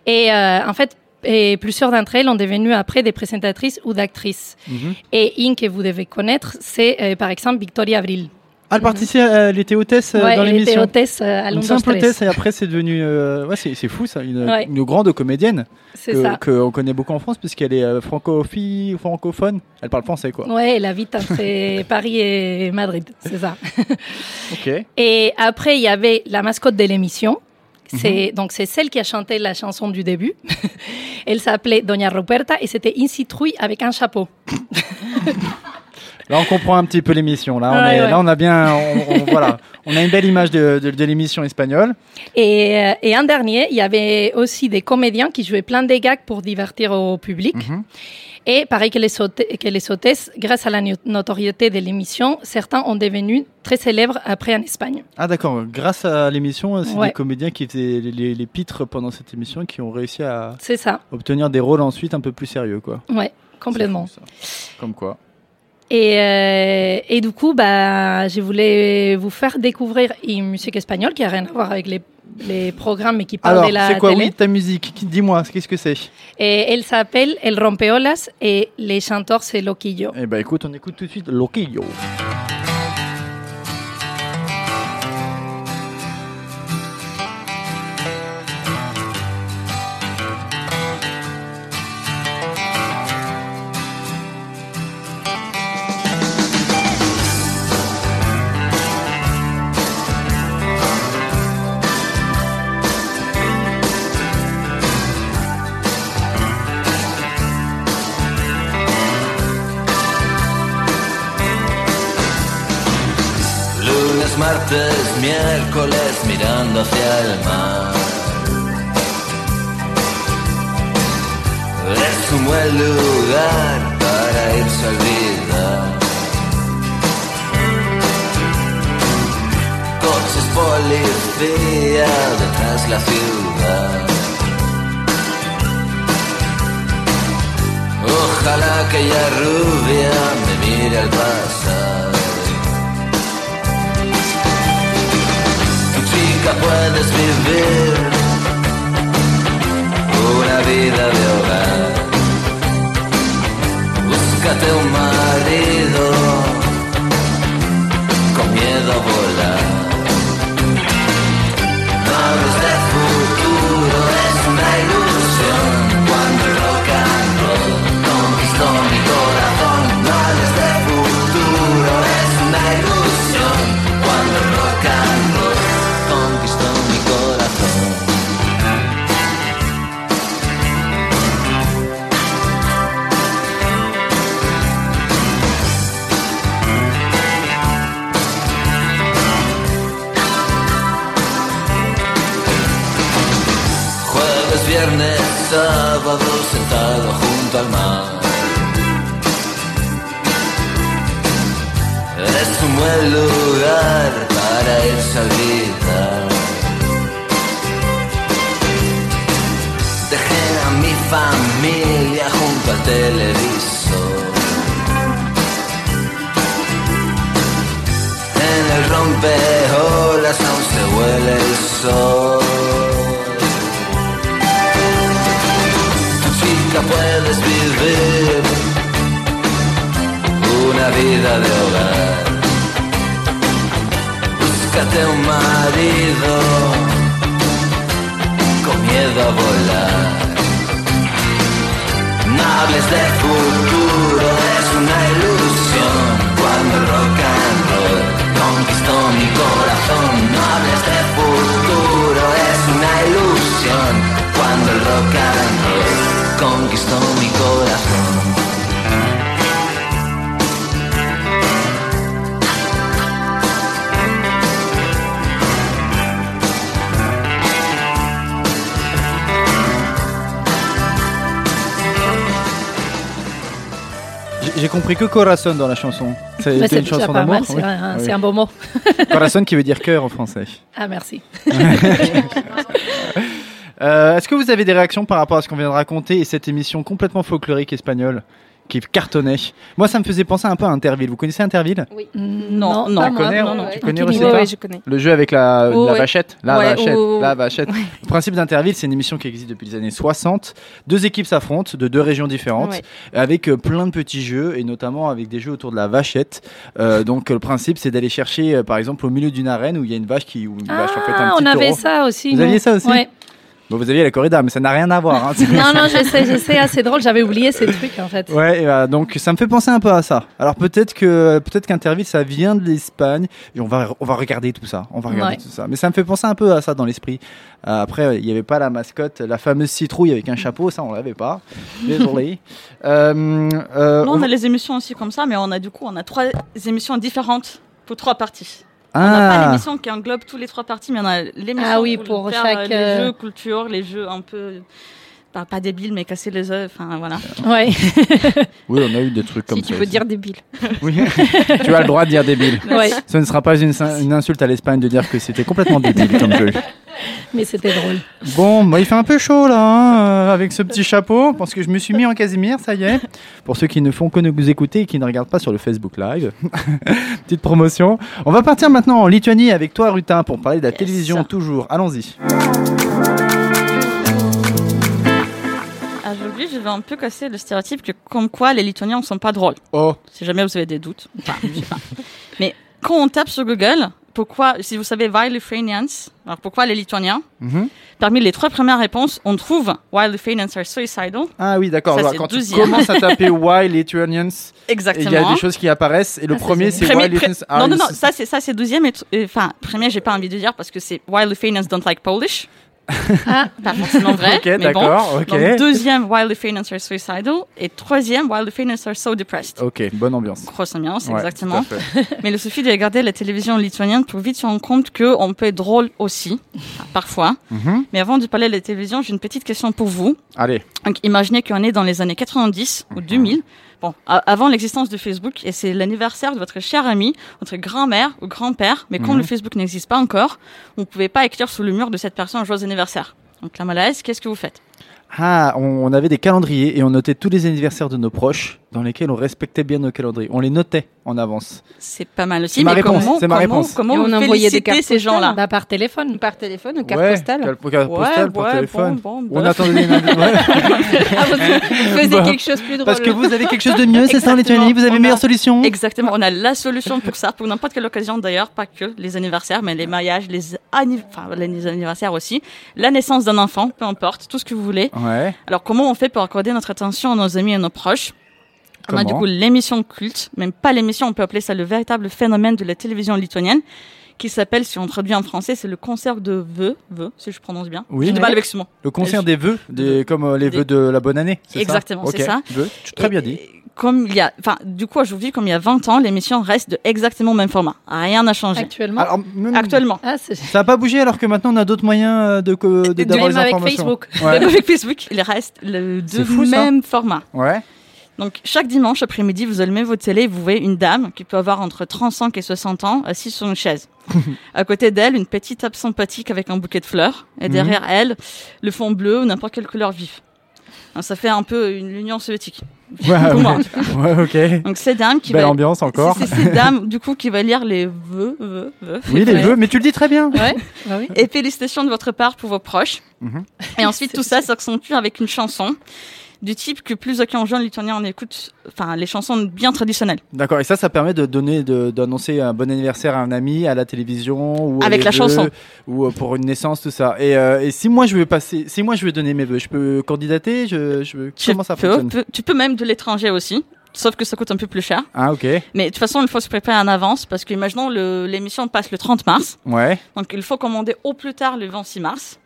Speaker 4: Et euh, en fait, et plusieurs d'entre elles ont devenu après des présentatrices ou d'actrices.
Speaker 3: Mhm.
Speaker 4: Et une que vous devez connaître, c'est euh, par exemple Victoria Abril.
Speaker 3: Ah, le participant, euh, elle était hôtesse euh,
Speaker 4: Ouais,
Speaker 3: dans
Speaker 4: elle était
Speaker 3: l'émission.
Speaker 4: hôtesse euh, à
Speaker 3: Une
Speaker 4: Londres
Speaker 3: simple hôtesse et après c'est devenu euh, ouais c'est c'est fou ça une,
Speaker 4: Ouais.
Speaker 3: une grande comédienne
Speaker 4: C'est
Speaker 3: que
Speaker 4: ça.
Speaker 3: qu'on connaît beaucoup en France puisqu'elle est euh, francophile francophone elle parle français quoi
Speaker 4: Ouais, elle habite entre Paris et Madrid, c'est ça.
Speaker 3: ok
Speaker 4: Et après, il y avait la mascotte de l'émission.
Speaker 3: Mhm.
Speaker 4: C'est donc c'est celle qui a chanté la chanson du début. elle s'appelait Doña Ruperta et c'était une citrouille avec un chapeau.
Speaker 3: Là, on comprend un petit peu l'émission. Là, on,
Speaker 4: Ouais,
Speaker 3: est-
Speaker 4: ouais.
Speaker 3: là, on a bien, on, on- voilà, on a une belle image de, de- de l'émission espagnole.
Speaker 4: Et, euh, et en dernier, il y avait aussi des comédiens qui jouaient plein de gags pour divertir au public.
Speaker 3: Mhm.
Speaker 4: Et pareil que les, saute- que les hôtesses, grâce à la no- notoriété de l'émission, certains ont devenu très célèbres après en Espagne.
Speaker 3: Ah, d'accord. Grâce à l'émission, euh, c'est
Speaker 4: Ouais.
Speaker 3: des comédiens qui faisaient les, les- les pitres pendant cette émission et qui ont réussi à
Speaker 4: C'est ça,
Speaker 3: obtenir des rôles ensuite un peu plus sérieux, quoi.
Speaker 4: ouais, complètement.
Speaker 3: C'est fou, ça. Comme quoi.
Speaker 4: Et, euh, et du coup, bah, je voulais vous faire découvrir une musique espagnole qui a rien à voir avec les, les programmes, mais qui parle
Speaker 3: Alors,
Speaker 4: de la
Speaker 3: c'est quoi,
Speaker 4: télé.
Speaker 3: oui, ta musique Qui- Dis-moi, qu'est-ce que c'est
Speaker 4: Et elle s'appelle El Rompeolas et les chanteurs, c'est Loquillo.
Speaker 3: Eh ben, écoute, on écoute tout de suite Loquillo.
Speaker 7: Lunes, martes, miércoles, mirando hacia el mar. Es un buen lugar para irse a olvidar. Coches policía detrás la ciudad. Ojalá aquella rubia me mire al pasar. Chica, puedes vivir una vida de hogar. Búscate un marido con miedo a volar. No hables de futuro.
Speaker 10: viernes, sábado, sentado junto al mar. Es un buen lugar para irse a olvidar. Dejé a mi familia junto al televisor. En el rompeolas aún se huele el sol. Chica, puedes vivir una vida de hogar. Búscate un marido con miedo a volar. No hables de futuro, es una ilusión. Cuando el rock and roll conquistó mi corazón, no hables de futuro, es una ilusión. Cuando el rock and roll conquistó mi corazón.
Speaker 3: J'ai- J'ai compris que Corazon dans la chanson. C'est
Speaker 4: Bah,
Speaker 3: c'était
Speaker 4: c'est
Speaker 3: une
Speaker 4: déjà
Speaker 3: chanson
Speaker 4: pas
Speaker 3: d'amour.
Speaker 4: mal, c'est
Speaker 3: oui.
Speaker 4: un,
Speaker 3: Ah oui.
Speaker 4: c'est un beau mot.
Speaker 3: Corazon qui veut dire cœur en français.
Speaker 4: Ah, merci.
Speaker 3: Euh, Est-ce que vous avez des réactions par rapport à ce qu'on vient de raconter et cette émission complètement folklorique espagnole qui cartonnait Moi, ça me faisait penser un peu à Interville. Vous connaissez Interville
Speaker 2: Non, non,
Speaker 4: pas
Speaker 2: tu
Speaker 4: moi,
Speaker 3: connais,
Speaker 4: non,
Speaker 3: hein,
Speaker 4: non.
Speaker 3: tu
Speaker 4: À
Speaker 3: connais
Speaker 4: quel
Speaker 3: Rosetta
Speaker 4: niveau
Speaker 11: Ouais, ouais, je connais.
Speaker 3: Le jeu avec la,
Speaker 2: Oh,
Speaker 3: la
Speaker 2: ouais.
Speaker 3: vachette. La
Speaker 2: Ouais,
Speaker 3: vachette.
Speaker 2: oh, oh,
Speaker 3: La
Speaker 2: oh.
Speaker 3: vachette. Le principe d'Interville, c'est une émission qui existe depuis les années 60. Deux équipes s'affrontent de deux régions différentes
Speaker 11: Ouais.
Speaker 3: avec euh, plein de petits jeux et notamment avec des jeux autour de la vachette. Euh, donc, euh, le principe, c'est d'aller chercher, euh, par exemple, au milieu d'une arène où il y a une vache qui. Où une vache, en fait, un
Speaker 4: Ah,
Speaker 3: petit
Speaker 4: on avait
Speaker 3: taureau.
Speaker 4: ça aussi.
Speaker 3: Vous
Speaker 4: nous.
Speaker 3: aviez ça aussi
Speaker 4: Ouais.
Speaker 3: Bon, vous aviez la corrida, mais ça n'a rien à voir. hein.
Speaker 4: Non, non, je sais, je sais. Ah, c'est drôle, j'avais oublié ces trucs en fait.
Speaker 3: Ouais, et bah, donc ça me fait penser un peu à ça. Alors peut-être que peut-être qu'Interville ça vient de l'Espagne et on va on va regarder tout ça, on va regarder
Speaker 4: Ouais.
Speaker 3: tout ça. Mais ça me fait penser un peu à ça dans l'esprit. Euh, après il n'y avait pas la mascotte, la fameuse citrouille avec un chapeau, ça on l'avait pas. Désolé. Euh, euh,
Speaker 2: Nous,
Speaker 3: on-
Speaker 2: on a les émissions aussi comme ça, mais on a du coup, on a trois émissions différentes pour trois parties. On n'a pas
Speaker 3: ah,
Speaker 2: l'émission qui englobe tous les trois parties, mais on a l'émission
Speaker 4: Ah oui,
Speaker 2: où
Speaker 4: pour
Speaker 2: on perd, euh,
Speaker 4: chaque, euh,
Speaker 2: les jeux culture, les jeux un peu pas, pas débiles, mais casser les œufs. Enfin voilà.
Speaker 4: Ouais.
Speaker 3: oui, on a eu des trucs comme
Speaker 11: Si
Speaker 3: ça.
Speaker 11: tu peux
Speaker 3: aussi.
Speaker 11: dire débile.
Speaker 3: Oui. tu as le droit de dire débile.
Speaker 4: ouais.
Speaker 3: Ce ne sera pas une, une insulte à l'Espagne de dire que c'était complètement débile comme jeu.
Speaker 4: Mais c'était drôle.
Speaker 3: Bon, bah, il fait un peu chaud là, hein, euh, avec ce petit chapeau, parce que je me suis mis en Casimir, ça y est. Pour ceux qui ne font que nous écouter et qui ne regardent pas sur le Facebook Live, petite promotion. On va partir maintenant en Lituanie avec toi, Rutin, pour parler de la télévision toujours. Allons-y.
Speaker 2: Ah, Aujourd'hui, je vais un peu casser le stéréotype que comme quoi les Lituaniens ne sont pas drôles.
Speaker 3: Oh,
Speaker 2: Si jamais vous avez des doutes, enfin, je sais pas. Mais quand on tape sur Google, pourquoi, si vous savez why Lithuanians, alors pourquoi les Lituaniens,
Speaker 3: Mhm.
Speaker 2: parmi les trois premières réponses, on trouve why Lithuanians are suicidal.
Speaker 3: ah oui, d'accord.
Speaker 2: Ça,
Speaker 3: Alors,
Speaker 2: c'est
Speaker 3: Quand tu
Speaker 2: douzième.
Speaker 3: commences à taper Why Lithuanians, et
Speaker 2: Exactement. Ah,
Speaker 3: il y a des choses qui apparaissent, et le premier c'est
Speaker 2: Premier-
Speaker 3: Why
Speaker 2: pre-
Speaker 3: Lithuanians.
Speaker 2: non,
Speaker 3: are
Speaker 2: non, non,
Speaker 3: you-
Speaker 2: ça c'est ça c'est douzième. et t- et, Enfin, premier, j'ai pas envie de dire parce que c'est Why Lithuanians don't like Polish. Pas forcément vrai.
Speaker 3: Ok,
Speaker 2: mais bon.
Speaker 3: d'accord,
Speaker 2: Donc,
Speaker 3: ok.
Speaker 2: deuxième, Why Lithuanians are suicidal. Et troisième, Why Lithuanians are so depressed.
Speaker 3: Ok, bonne ambiance.
Speaker 2: Grosse ambiance,
Speaker 3: Oh. Ouais,
Speaker 2: exactement.
Speaker 3: tout à fait.
Speaker 2: Mais il suffit de regarder la télévision lituanienne pour vite se rendre compte qu'on peut être drôle aussi, parfois.
Speaker 3: Mhm.
Speaker 2: Mais avant de parler de la télévision, j'ai une petite question pour vous.
Speaker 3: Allez,
Speaker 2: Donc, imaginez qu'on est dans les années 90
Speaker 3: Mhm.
Speaker 2: ou 2000. Bon, a- avant l'existence de Facebook, et c'est l'anniversaire de votre cher ami, votre grand-mère ou grand-père, mais quand
Speaker 3: Mhm.
Speaker 2: le Facebook n'existe pas encore, vous ne pouvez pas écrire sur le mur de cette personne un joyeux anniversaire. Donc, la malaise, qu'est-ce que vous faites
Speaker 3: Ah, on, on avait des calendriers et on notait tous les anniversaires de nos proches dans lesquels on respectait bien nos calendriers. On les notait en avance.
Speaker 2: C'est pas mal aussi,
Speaker 3: C'est ma
Speaker 2: mais
Speaker 3: réponse,
Speaker 2: comment,
Speaker 3: c'est ma
Speaker 2: comment,
Speaker 3: réponse.
Speaker 2: comment
Speaker 11: Et on
Speaker 2: vous
Speaker 11: envoyait des
Speaker 2: félicitez
Speaker 11: cartes
Speaker 2: ces gens-là
Speaker 4: Bah, par téléphone.
Speaker 11: Par téléphone ou carte
Speaker 3: Ouais,
Speaker 11: postale
Speaker 3: cal- Carte
Speaker 2: Ouais,
Speaker 3: postale, par
Speaker 2: ouais,
Speaker 3: Euh, téléphone.
Speaker 2: bon, bon,
Speaker 3: on
Speaker 2: bref.
Speaker 3: attendait les lundi- Ouais.
Speaker 11: Ah, vous vous faisiez
Speaker 3: Bah,
Speaker 11: quelque chose de plus drôle.
Speaker 3: Parce que vous avez quelque chose de mieux, c'est ça, en Lituanie Vous avez
Speaker 2: Exactement.
Speaker 3: meilleure solution
Speaker 2: Exactement, on a la solution pour ça, pour n'importe quelle occasion d'ailleurs, pas que les anniversaires, mais les mariages, les, anni- enfin, les anniversaires aussi, la naissance d'un enfant, peu importe, tout ce que vous voulez.
Speaker 3: Ouais.
Speaker 2: Alors comment on fait pour accorder notre attention à nos amis et à nos proches On a du
Speaker 3: Comment
Speaker 2: coup l'émission culte, même pas l'émission, on peut appeler ça le véritable phénomène de la télévision lituanienne, qui s'appelle, si on traduit en français, c'est le concert de vœux, vœux, si je prononce bien.
Speaker 3: Oui.
Speaker 2: J'ai du mal avec ce mot.
Speaker 3: Le concert des vœux, des, comme euh, les
Speaker 2: Des-
Speaker 3: vœux de la bonne année. c'est ça
Speaker 2: Exactement, c'est ça.
Speaker 3: Vœux. Très bien
Speaker 2: Et-
Speaker 3: dit.
Speaker 2: et comme il y a, enfin, du coup, aujourd'hui, comme il y a 20 ans, l'émission reste de exactement le même format. Rien n'a changé.
Speaker 4: actuellement.
Speaker 3: Alors, même-
Speaker 2: Actuellement.
Speaker 4: Ah, c'est-
Speaker 3: Ça n'a pas bougé alors que maintenant on a d'autres moyens euh, de co- de-
Speaker 2: Même
Speaker 3: d'avoir les
Speaker 4: même avec
Speaker 3: informations.
Speaker 4: Facebook.
Speaker 3: Ouais.
Speaker 2: Même avec Facebook, il reste le
Speaker 3: C'est fou, ça.
Speaker 2: même format.
Speaker 3: Ouais.
Speaker 2: Donc, chaque dimanche après-midi, vous allumez votre télé et vous voyez une dame qui peut avoir entre 35 et 60 ans assise sur une chaise. à côté d'elle, une petite table sympathique avec un bouquet de fleurs. Et
Speaker 3: Mhm.
Speaker 2: derrière elle, le fond bleu ou n'importe quelle couleur vive. Alors, ça fait un peu une l'Union soviétique.
Speaker 3: Ouais,
Speaker 2: Pour moi.
Speaker 3: ouais, ok.
Speaker 2: Donc, ces dames qui
Speaker 3: Belle
Speaker 2: va-
Speaker 3: ambiance encore.
Speaker 2: C'est c'est cette dame, du coup, qui va lire les vœux, vœux, vœux.
Speaker 3: Oui, les jeux, mais tu le dis très bien.
Speaker 4: Ouais, bah oui.
Speaker 2: Et félicitations de votre part pour vos proches.
Speaker 3: Mhm.
Speaker 2: Et ensuite, tout ça s'accentue avec une chanson du type que plus aucun jeune lituanien en écoute, enfin, les chansons bien traditionnelles.
Speaker 3: D'accord, et ça, ça permet de donner, de- d'annoncer un bon anniversaire à un ami à la télévision ou à
Speaker 2: Avec
Speaker 3: les
Speaker 2: la
Speaker 3: vœux,
Speaker 2: chanson.
Speaker 3: ou euh, pour une naissance, tout ça. Et, euh, et si moi je veux passer, si moi je veux donner mes vœux, je peux candidater, je, je
Speaker 2: Tu
Speaker 3: comment ça
Speaker 2: peux-
Speaker 3: fonctionne
Speaker 2: peux- Tu peux même de l'étranger aussi. Sauf que ça coûte un peu plus cher.
Speaker 3: Ah ok,
Speaker 2: Mais de toute façon, il faut se préparer en avance parce que, imaginons, le- l'émission passe le 30 mars.
Speaker 3: ouais.
Speaker 2: Donc, il faut commander au plus tard le 26 mars.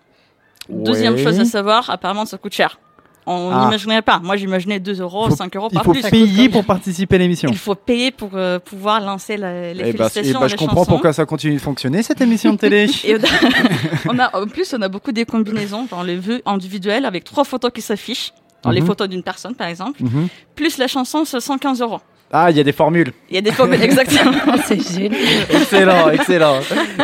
Speaker 2: Deuxième chose à
Speaker 3: Ouais.
Speaker 2: savoir, apparemment, ça coûte cher. On
Speaker 3: Ah.
Speaker 2: n'imaginerait pas. Moi, j'imaginais 2 euros,
Speaker 3: Faut-
Speaker 2: 5 euros,
Speaker 3: Il
Speaker 2: pas
Speaker 3: faut
Speaker 2: plus.
Speaker 3: payer pour participer à l'émission.
Speaker 2: Il faut payer pour euh, pouvoir lancer la- les
Speaker 3: Eh bah,
Speaker 2: félicitations.
Speaker 3: eh bah, je
Speaker 2: les
Speaker 3: comprends
Speaker 2: chansons.
Speaker 3: pourquoi ça continue de fonctionner cette émission de télé.
Speaker 2: Et on a, en plus, on a beaucoup des combinaisons dans les vœux individuels avec trois photos qui s'affichent. Dans les
Speaker 3: Mhm.
Speaker 2: photos d'une personne, par exemple.
Speaker 3: Mhm.
Speaker 2: Plus la chanson, c'est 115 euros.
Speaker 3: Ah, il y a des formules.
Speaker 2: Il y a des formules, exactement.
Speaker 4: Ah, c'est génial.
Speaker 3: Excellent, excellent.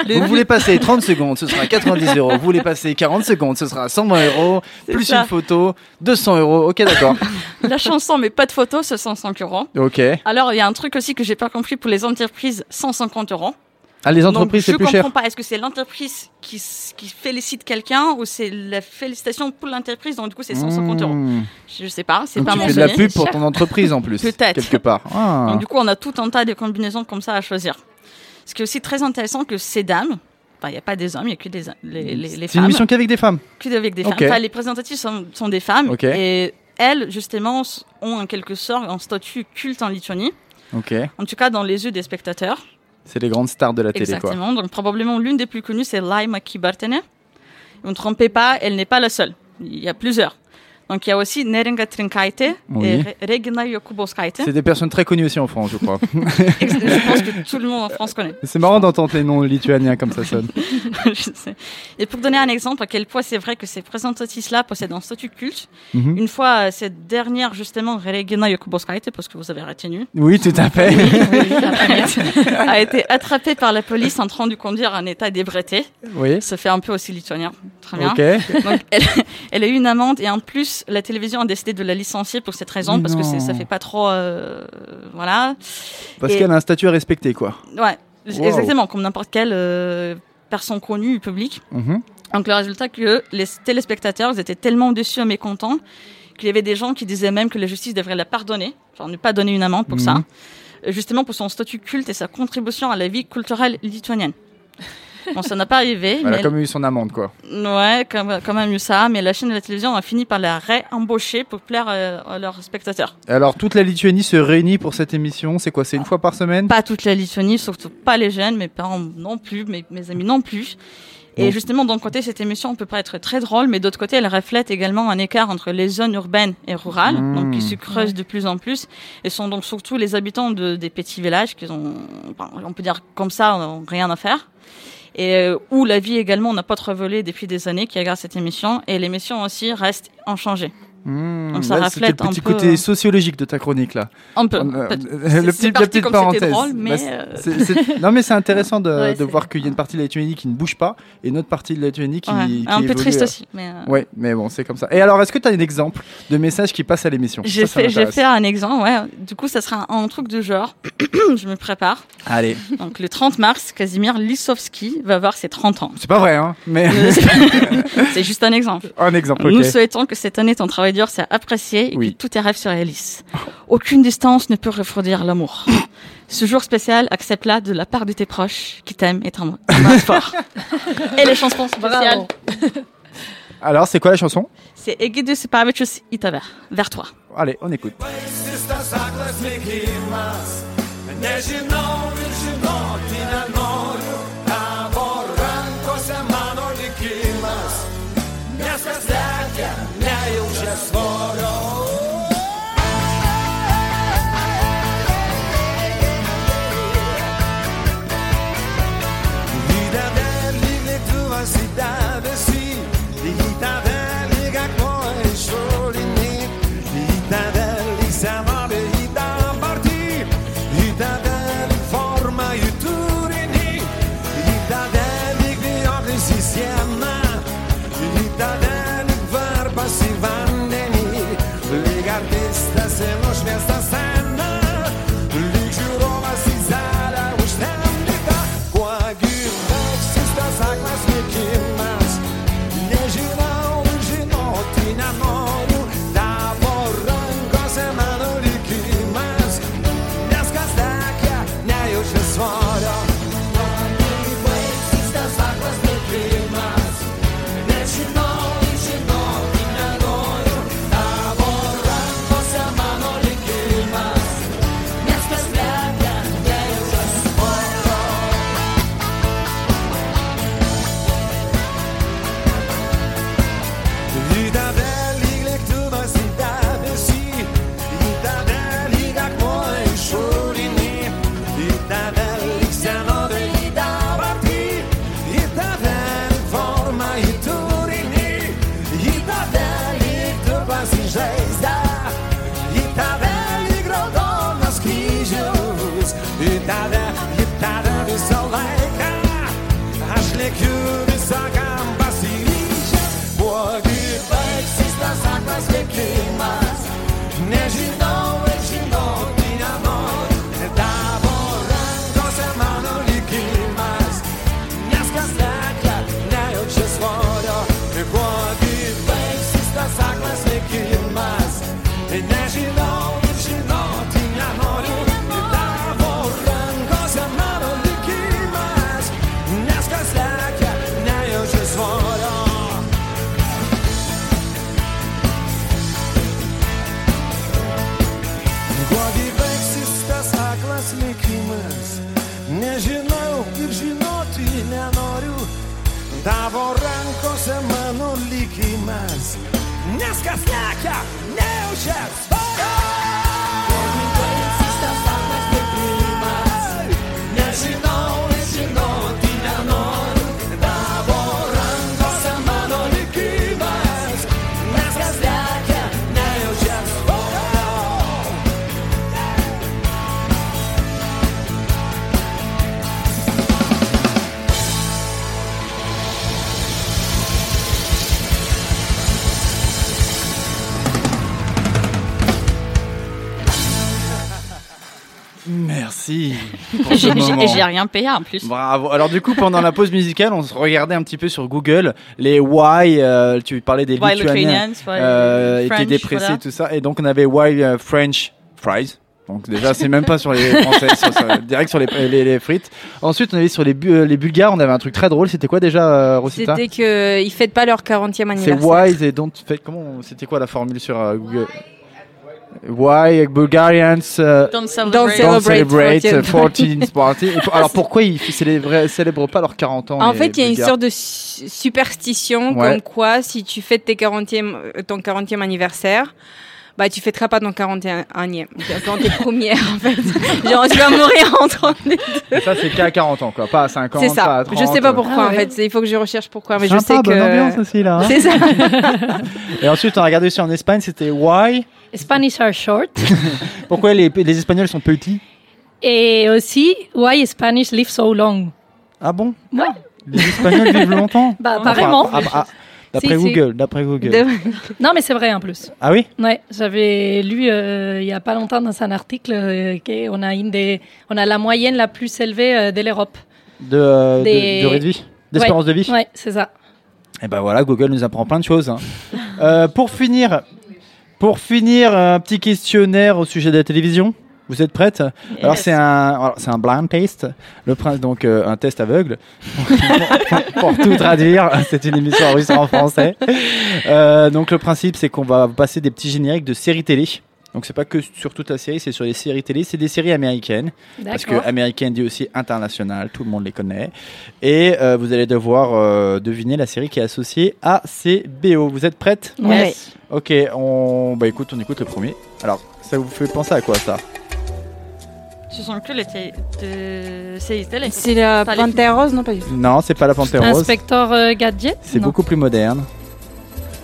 Speaker 2: Le
Speaker 3: Vous
Speaker 2: but-
Speaker 3: voulez passer 30 secondes, ce sera 90 euros. Vous voulez passer 40 secondes, ce sera 120 euros.
Speaker 2: C'est
Speaker 3: Plus
Speaker 2: ça.
Speaker 3: une photo, 200 euros. Ok, d'accord.
Speaker 2: La chanson, mais pas de photos, c'est 105 euros.
Speaker 3: Ok.
Speaker 2: Alors, il y a un truc aussi que j'ai pas compris pour les entreprises, 150 euros.
Speaker 3: Ah, les
Speaker 2: Donc,
Speaker 3: entreprises, c'est plus
Speaker 2: Je
Speaker 3: cher.
Speaker 2: comprends pas. Est-ce que c'est l'entreprise qui, s- qui félicite quelqu'un ou c'est la félicitation pour l'entreprise Donc, du coup, c'est 150 euros.
Speaker 3: Mmh.
Speaker 2: Je sais pas, c'est
Speaker 3: Donc
Speaker 2: pas
Speaker 3: tu
Speaker 2: mon
Speaker 3: fais de la
Speaker 2: souvenir.
Speaker 3: pub pour ton entreprise en plus.
Speaker 2: Peut-être.
Speaker 3: Quelque part. Ah.
Speaker 2: Donc, du coup, on a tout un tas de combinaisons comme ça à choisir. Ce qui est aussi très intéressant que ces dames, enfin, il n'y a pas des hommes, il n'y a que des, les, les- les
Speaker 3: C'est une
Speaker 2: femmes,
Speaker 3: émission qu'avec des femmes.
Speaker 2: que avec des femmes.
Speaker 3: Ok.
Speaker 2: Enfin, les présentatives sont, sont des femmes.
Speaker 3: Ok.
Speaker 2: Et elles, justement, s- ont en quelque sorte un statut culte en Lituanie,
Speaker 3: Ok.
Speaker 2: en tout cas dans les yeux des spectateurs.
Speaker 3: C'est les grandes stars de la télé, quoi.
Speaker 2: Exactement. Donc, probablement, l'une des plus connues, c'est Laima Kibartene. On ne trompez pas, elle n'est pas la seule. Il y a plusieurs. Donc, il y a aussi Nerenga Trinkaite
Speaker 3: Oui.
Speaker 2: et Re- Regina Yokubauskaite.
Speaker 3: C'est des personnes très connues aussi en France, je crois.
Speaker 2: Ex- Je pense que tout le monde en France connaît.
Speaker 3: c'est marrant d'entendre les noms lituaniens comme ça sonne.
Speaker 2: Je sais. Et pour donner un exemple à quel point c'est vrai que ces présentatrices-là possèdent un statut culte,
Speaker 3: Mhm.
Speaker 2: une fois euh, cette dernière, justement, Regina Yokubauskaite, parce que vous avez retenu,
Speaker 3: Oui, tout à fait.
Speaker 2: a été attrapée par la police en train de conduire en état d'ébriété.
Speaker 3: oui.
Speaker 2: Ça fait un peu aussi lituanien. Très bien.
Speaker 3: Ok.
Speaker 2: Donc, elle, elle a eu une amende et en plus, la télévision a décidé de la licencier pour cette raison,
Speaker 3: Mais
Speaker 2: parce que c'est-
Speaker 3: non.
Speaker 2: ça fait pas trop. euh, voilà.
Speaker 3: Parce
Speaker 2: Et-
Speaker 3: qu'elle a un statut à respecter, quoi.
Speaker 2: Ouais,
Speaker 3: Wow.
Speaker 2: exactement, comme n'importe quelle euh, personne connue, publique.
Speaker 3: Mhm.
Speaker 2: Donc le résultat que les téléspectateurs ils étaient tellement déçus et mécontents qu'il y avait des gens qui disaient même que la justice devrait la pardonner, enfin ne pas donner une amende pour ça,
Speaker 3: Mhm.
Speaker 2: euh, justement pour son statut culte et sa contribution à la vie culturelle lituanienne. Bon, ça n'a pas arrivé,
Speaker 3: Elle a
Speaker 2: mais
Speaker 3: comme eu son amende, quoi.
Speaker 2: ouais, quand, quand même eu ça, mais la chaîne de la télévision a fini par la réembaucher pour plaire euh, à leurs spectateurs.
Speaker 3: Alors, toute la Lituanie se réunit pour cette émission. C'est quoi C'est une fois par semaine
Speaker 2: Pas toute la Lituanie, surtout pas les jeunes, mes parents non plus, mes, mes amis non plus. Et
Speaker 3: Bon.
Speaker 2: justement, d'un côté, cette émission peut paraître très drôle, mais d'autre côté, elle reflète également un écart entre les zones urbaines et rurales,
Speaker 3: Mmh.
Speaker 2: donc qui se creusent de plus en plus, et sont donc surtout les habitants de, des petits villages qui ont, ben, on peut dire comme ça, euh, ont rien à faire. Et euh, où la vie également n'a pas trop volé depuis des années, qui regarde cette émission, et l'émission aussi reste inchangée.
Speaker 3: Mmh.
Speaker 2: Donc, ça
Speaker 3: Là, c'était
Speaker 2: reflète
Speaker 3: le
Speaker 2: un
Speaker 3: petit
Speaker 2: peu,
Speaker 3: côté
Speaker 2: euh,
Speaker 3: sociologique de ta chronique, là.
Speaker 2: Un peu.
Speaker 3: Euh,
Speaker 2: Peut-
Speaker 3: euh,
Speaker 2: c'est-
Speaker 3: le
Speaker 2: c'est
Speaker 3: petit, la
Speaker 2: parti
Speaker 3: petite
Speaker 2: comme
Speaker 3: parenthèse.
Speaker 2: c'était drôle, mais,
Speaker 3: Bah, c'est-
Speaker 2: euh,
Speaker 3: c'est- c'est- non, mais c'est intéressant de,
Speaker 4: Ouais,
Speaker 3: de
Speaker 4: c'est-
Speaker 3: voir qu'il y a une partie de la Lituanie qui ne bouge pas et une autre partie de la Lituanie qui,
Speaker 2: ouais.
Speaker 3: qui
Speaker 2: un peu
Speaker 3: évolue,
Speaker 2: triste
Speaker 3: euh.
Speaker 2: aussi. Mais euh,
Speaker 3: Ouais, mais bon, c'est comme ça. Et alors, est-ce que tu as un exemple de message qui passe à l'émission
Speaker 2: J'ai
Speaker 3: Ça, ça
Speaker 2: fait, j'ai
Speaker 3: m'intéresse.
Speaker 2: fait un exemple, ouais. Du coup, ça sera un, un truc de genre. je me prépare.
Speaker 3: Allez,
Speaker 2: Donc, le 30 mars, Casimir Lissovski va avoir ses 30 ans.
Speaker 3: c'est pas vrai, hein, mais
Speaker 2: Euh, c'est- C'est juste un exemple.
Speaker 3: un exemple, ok.
Speaker 2: Nous souhaitons que cette année, ton travail dur soit apprécié et
Speaker 3: Oui.
Speaker 2: que tous tes rêves se réalisent. Aucune distance ne peut refroidir l'amour. Ce jour spécial, accepte-la de la part de tes proches qui t'aiment et t'embrassent fort. et les chansons spéciales,
Speaker 4: Bravo.
Speaker 3: Alors, c'est quoi la chanson
Speaker 2: c'est Egidus Pavichus Itaver, vers toi.
Speaker 3: Allez, on écoute.
Speaker 12: Baisis tas aklas mėgimas, nežinau ir žinoti nenoriu, tavo rankose mano likimas, nes kas lekia, nejaučia svorio. веселайка, аж легю високом басилища. Улыбайтесь на закваске климас, не жено, жено, меня ноль. Табора, коса манули климас, не сказать, как не учи своё. Улыбайтесь на закваске климас, не жено, жено, меня ноль. Табора, коса манули климас, не сказать, как не учи своё. Głowi weksista saklas likimas Nežinau, kaip žinoti nenoriu Tavo rankose mano likimas Nes kas lekia, nejaučia svorio Głowi weksista saklas likimas Nežinau, kaip žinoti nenoriu Tavo rankose mano likimas Nes kas lekia, nejaučia svorio
Speaker 3: Merci. pour ce
Speaker 2: J'ai
Speaker 3: moment.
Speaker 2: j'ai- j'ai rien payé en plus.
Speaker 3: Bravo. Alors du coup, pendant la pause musicale, on se regardait un petit peu sur Google les why. euh, tu parlais des
Speaker 2: Why
Speaker 3: Lituaniens
Speaker 2: Lithuanians, why
Speaker 3: euh,
Speaker 2: French,
Speaker 3: étaient dépressés
Speaker 2: voilà.
Speaker 3: tout ça, et donc on avait why euh, French fries. Donc déjà, c'est même pas sur les Français, sur- sur- direct sur les, les- les frites. Ensuite, on avait sur les, Bu- euh, les Bulgares, on avait un truc très drôle. C'était quoi déjà, euh, Rosita
Speaker 1: C'était qu'ils ne fêtent pas leur 40e
Speaker 3: C'est
Speaker 1: anniversaire.
Speaker 3: wise et don't fait. Comment on- C'était quoi la formule sur euh, Google Why Bulgarians euh,
Speaker 2: Don't celebrate.
Speaker 1: Don't
Speaker 3: Don't
Speaker 1: Celebrate
Speaker 3: celebrate
Speaker 1: 14th
Speaker 3: 14th party. Et pour- alors pourquoi ils f- célèbrent, célèbrent pas leurs 40 ans
Speaker 1: En
Speaker 3: les
Speaker 1: fait, il y a une
Speaker 3: Bulgares
Speaker 1: sorte de su- superstition
Speaker 3: Ouais.
Speaker 1: comme quoi si tu fêtes tes 40e, euh, ton 40e anniversaire, bah tu fêteras pas ton 41e, ton tes premières en fait. Genre tu vas mourir en 30.
Speaker 3: Et Ça, c'est qu'à 40 ans, quoi. Pas à 50,
Speaker 1: C'est
Speaker 3: pas à
Speaker 1: ça.
Speaker 3: 30.
Speaker 1: Je sais pas pourquoi
Speaker 4: Ah ouais.
Speaker 1: en fait, C'est- il faut que je recherche pourquoi mais
Speaker 3: Sympa,
Speaker 1: je sais que
Speaker 3: bonne ambiance aussi, là. hein.
Speaker 1: C'est ça.
Speaker 3: Et ensuite, on a regardé aussi en Espagne, c'était why
Speaker 4: Spanish are short.
Speaker 3: Pourquoi les, les Espagnols sont petits
Speaker 4: Et aussi, why Spanish live so long.
Speaker 3: Ah bon
Speaker 4: Ouais.
Speaker 3: Les Espagnols vivent longtemps
Speaker 4: Bah,
Speaker 3: Enfin,
Speaker 4: apparemment.
Speaker 3: ah, ah, D'après
Speaker 4: Si, si.
Speaker 3: Google, d'après Google.
Speaker 1: De-
Speaker 4: Non, mais c'est vrai en plus.
Speaker 3: Ah oui
Speaker 4: Ouais, j'avais lu euh, il y a pas longtemps dans un article euh, qu'on a une des, on a la moyenne la plus élevée euh, de l'Europe.
Speaker 3: De, euh,
Speaker 4: Des-
Speaker 3: de, de durée de vie D'espérance de vie
Speaker 4: Ouais, c'est ça.
Speaker 3: Et ben voilà, Google nous apprend plein de choses. hein. Euh, pour finir, pour finir, euh, un petit questionnaire au sujet de la télévision. Vous êtes prête Alors c'est un, alors, c'est un blind test. Le prince donc euh, un test aveugle. pour tout traduire, c'est une émission en russe et en français. Euh, donc le principe c'est qu'on va passer des petits génériques de séries télé. Donc c'est pas que sur toute la série, c'est sur les séries télé, c'est des séries américaines parce que
Speaker 4: D'accord.
Speaker 3: américaine dit aussi international, tout le monde les connaît. Et euh, vous allez devoir euh, deviner la série qui est associée à ces BO. Vous êtes prête
Speaker 1: Ouais.
Speaker 3: Ok, on bah écoute, on écoute le premier. Alors, ça vous fait penser à quoi ça
Speaker 2: Ce sont que les t- de séries télé.
Speaker 1: C'est la
Speaker 2: Pas les-
Speaker 1: panthère rose non pas du tout.
Speaker 3: Non, c'est pas la Panthère Rose.
Speaker 4: Inspecteur euh, Gadget
Speaker 3: C'est
Speaker 4: Non.
Speaker 3: beaucoup plus moderne.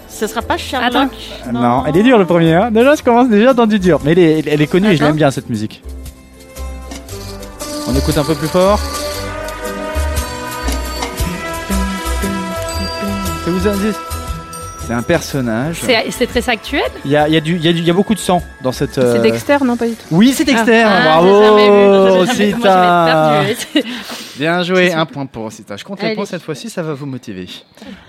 Speaker 2: Ce sera pas Sherlock.
Speaker 3: Non. elle est dure le premier. hein. déjà, je commence déjà dans du dur. Mais elle est, elle est connue et je
Speaker 2: Attends.
Speaker 3: l'aime bien cette musique. On écoute un peu plus fort. Ça vous indice C'est un personnage.
Speaker 4: C'est c'est très actuel.
Speaker 3: Il y a, il y, a du- il y a du- il y a beaucoup de sang dans cette. euh,
Speaker 1: C'est Dexter non pas du tout.
Speaker 3: Oui, c'est Dexter. hein,
Speaker 4: Ah, j'ai jamais vu,
Speaker 3: Bravo,
Speaker 4: j'ai jamais vu. Moi,
Speaker 3: Sita.
Speaker 4: je l'ai perdu.
Speaker 3: Bien joué, un point pour Sita. Je compte les
Speaker 4: Allez.
Speaker 3: points cette fois-ci, ça va vous motiver.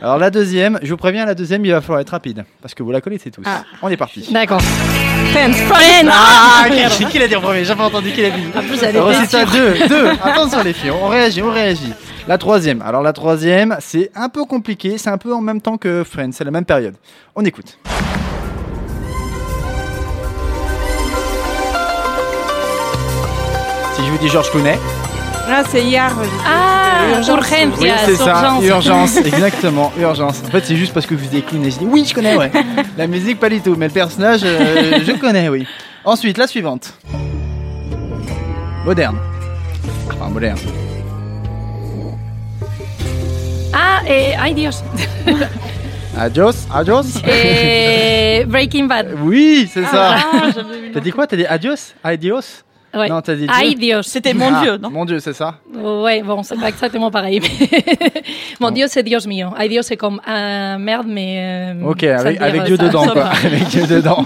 Speaker 3: Alors la deuxième, je vous préviens, la deuxième, il va falloir être rapide parce que vous la connaissez tous.
Speaker 1: Ah.
Speaker 3: On est parti.
Speaker 4: D'accord.
Speaker 1: Friends, Friends.
Speaker 3: Ah, qui, qui l'a dit en premier J'ai pas entendu qui l'a dit.
Speaker 4: En plus, elle
Speaker 3: Alors,
Speaker 4: était
Speaker 3: c'est ça, deux, deux. Attention les filles, on réagit, on réagit. La troisième. Alors la troisième, c'est un peu compliqué, c'est un peu en même temps que Friends, c'est la même période. On écoute. Si je vous dis Georges Clooney.
Speaker 1: Ah c'est hier.
Speaker 4: Ah,
Speaker 1: Urgence.
Speaker 4: urgence,
Speaker 3: Oui,
Speaker 4: yes,
Speaker 3: c'est ça,
Speaker 4: urgence.
Speaker 3: urgence, exactement, urgence. En fait, c'est juste parce que vous avez clean et j'ai dit oui, je connais, ouais. La musique, pas du tout, mais le personnage, euh, je connais, oui. Ensuite, la suivante. Moderne. Enfin, moderne.
Speaker 4: Ah, et Ideas.
Speaker 3: Adios, adios.
Speaker 4: Et Breaking Bad.
Speaker 3: Oui, c'est ça.
Speaker 2: Ah, j'avais vu le
Speaker 3: T'as
Speaker 2: nom.
Speaker 3: dit quoi T'as dit adios Adios
Speaker 4: Ouais.
Speaker 3: Non, t'as dit
Speaker 4: Ay
Speaker 3: Dieu.
Speaker 4: Dios.
Speaker 2: C'était mon
Speaker 3: Ah,
Speaker 2: Dieu, non
Speaker 3: Mon Dieu, c'est ça
Speaker 4: Ouais, bon, c'est pas exactement pareil. mais- Mon Dieu, c'est Dios mio. Ay Dios, c'est comme ah, merde, mais. euh,
Speaker 3: Ok,
Speaker 4: ça
Speaker 3: avec,
Speaker 4: veut
Speaker 3: avec Dieu
Speaker 4: dire ça.
Speaker 3: dedans,
Speaker 2: Mm. Ça
Speaker 3: quoi.
Speaker 2: va.
Speaker 3: Avec Dieu dedans.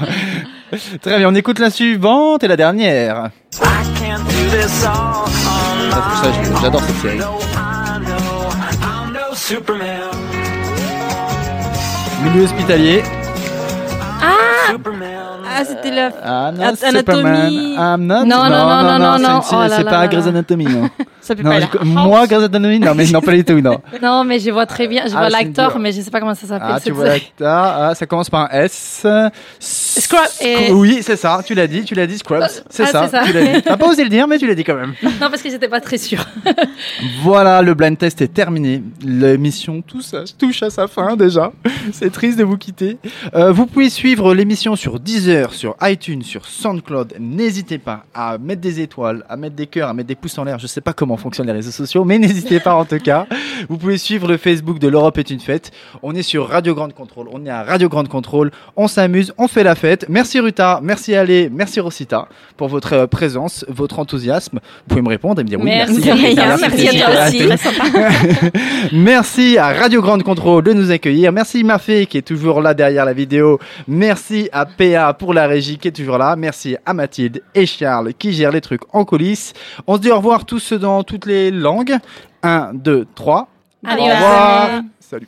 Speaker 3: Très bien, on écoute la suivante et la dernière. Parce que ça, je- j'adore cette série. Milieu hospitalier.
Speaker 1: Ah, c'était la.
Speaker 3: I'm not
Speaker 1: At-
Speaker 3: Superman.
Speaker 1: Anatomie.
Speaker 3: I'm not-
Speaker 4: Non, non, non, non, non,
Speaker 3: c'est-
Speaker 4: non.
Speaker 3: c'est-
Speaker 4: Oh là
Speaker 3: C'est
Speaker 4: là
Speaker 3: pas
Speaker 4: là
Speaker 3: Grey's
Speaker 4: là.
Speaker 3: Anatomy, non.
Speaker 2: Ça peut
Speaker 3: Non,
Speaker 2: pas
Speaker 3: je-
Speaker 2: être House.
Speaker 3: moi, Grey's Anatomy, non, mais non, pas du tout, non.
Speaker 4: Non, mais je vois très bien. Je
Speaker 3: Ah,
Speaker 4: vois
Speaker 3: c'est
Speaker 4: l'acteur,
Speaker 3: dur.
Speaker 4: mais je sais pas comment ça s'appelle.
Speaker 3: Ah, tu
Speaker 4: cette
Speaker 3: vois,
Speaker 4: série.
Speaker 3: là, ah, ça commence par un S. Scrubs.
Speaker 4: et-
Speaker 3: Oui, c'est ça, tu l'as dit, tu l'as dit, Scrubs. C'est
Speaker 4: ah,
Speaker 3: ça,
Speaker 4: c'est ça.
Speaker 3: tu l'as dit. T'as pas osé le dire, mais tu l'as dit quand même.
Speaker 4: Non, parce que j'étais pas très sûre.
Speaker 3: Voilà, le blind test est terminé. L'émission tout ça, touche à sa fin déjà. C'est triste de vous quitter. Euh, vous pouvez suivre l'émission sur Deezer, sur iTunes, sur SoundCloud. N'hésitez pas à mettre des étoiles, à mettre des cœurs, à mettre des pouces en l'air. Je sais pas comment fonctionnent les réseaux sociaux, mais n'hésitez pas en tout cas. Vous pouvez suivre le Facebook de l'Europe est une fête. On est sur Radio Grande Contrôle. On est à Radio Grande Contrôle. On s'amuse, on fait la fête. Merci Ruta, merci Ale, merci Rosita pour votre euh, présence, votre enthousiasme. Vous pouvez me répondre et me dire oui.
Speaker 4: Merci,
Speaker 3: merci,
Speaker 4: Yann,
Speaker 1: merci à toi aussi.
Speaker 3: Merci à Merci à Radio Grande Contrôle de nous accueillir. Merci Mafé qui est toujours là derrière la vidéo. Merci à PA pour la régie qui est toujours là. Merci à Mathilde et Charles qui gèrent les trucs en coulisses. On se dit au revoir tous dans toutes les langues. 1, 2, 3.
Speaker 4: Adios.
Speaker 3: Au revoir. Salut.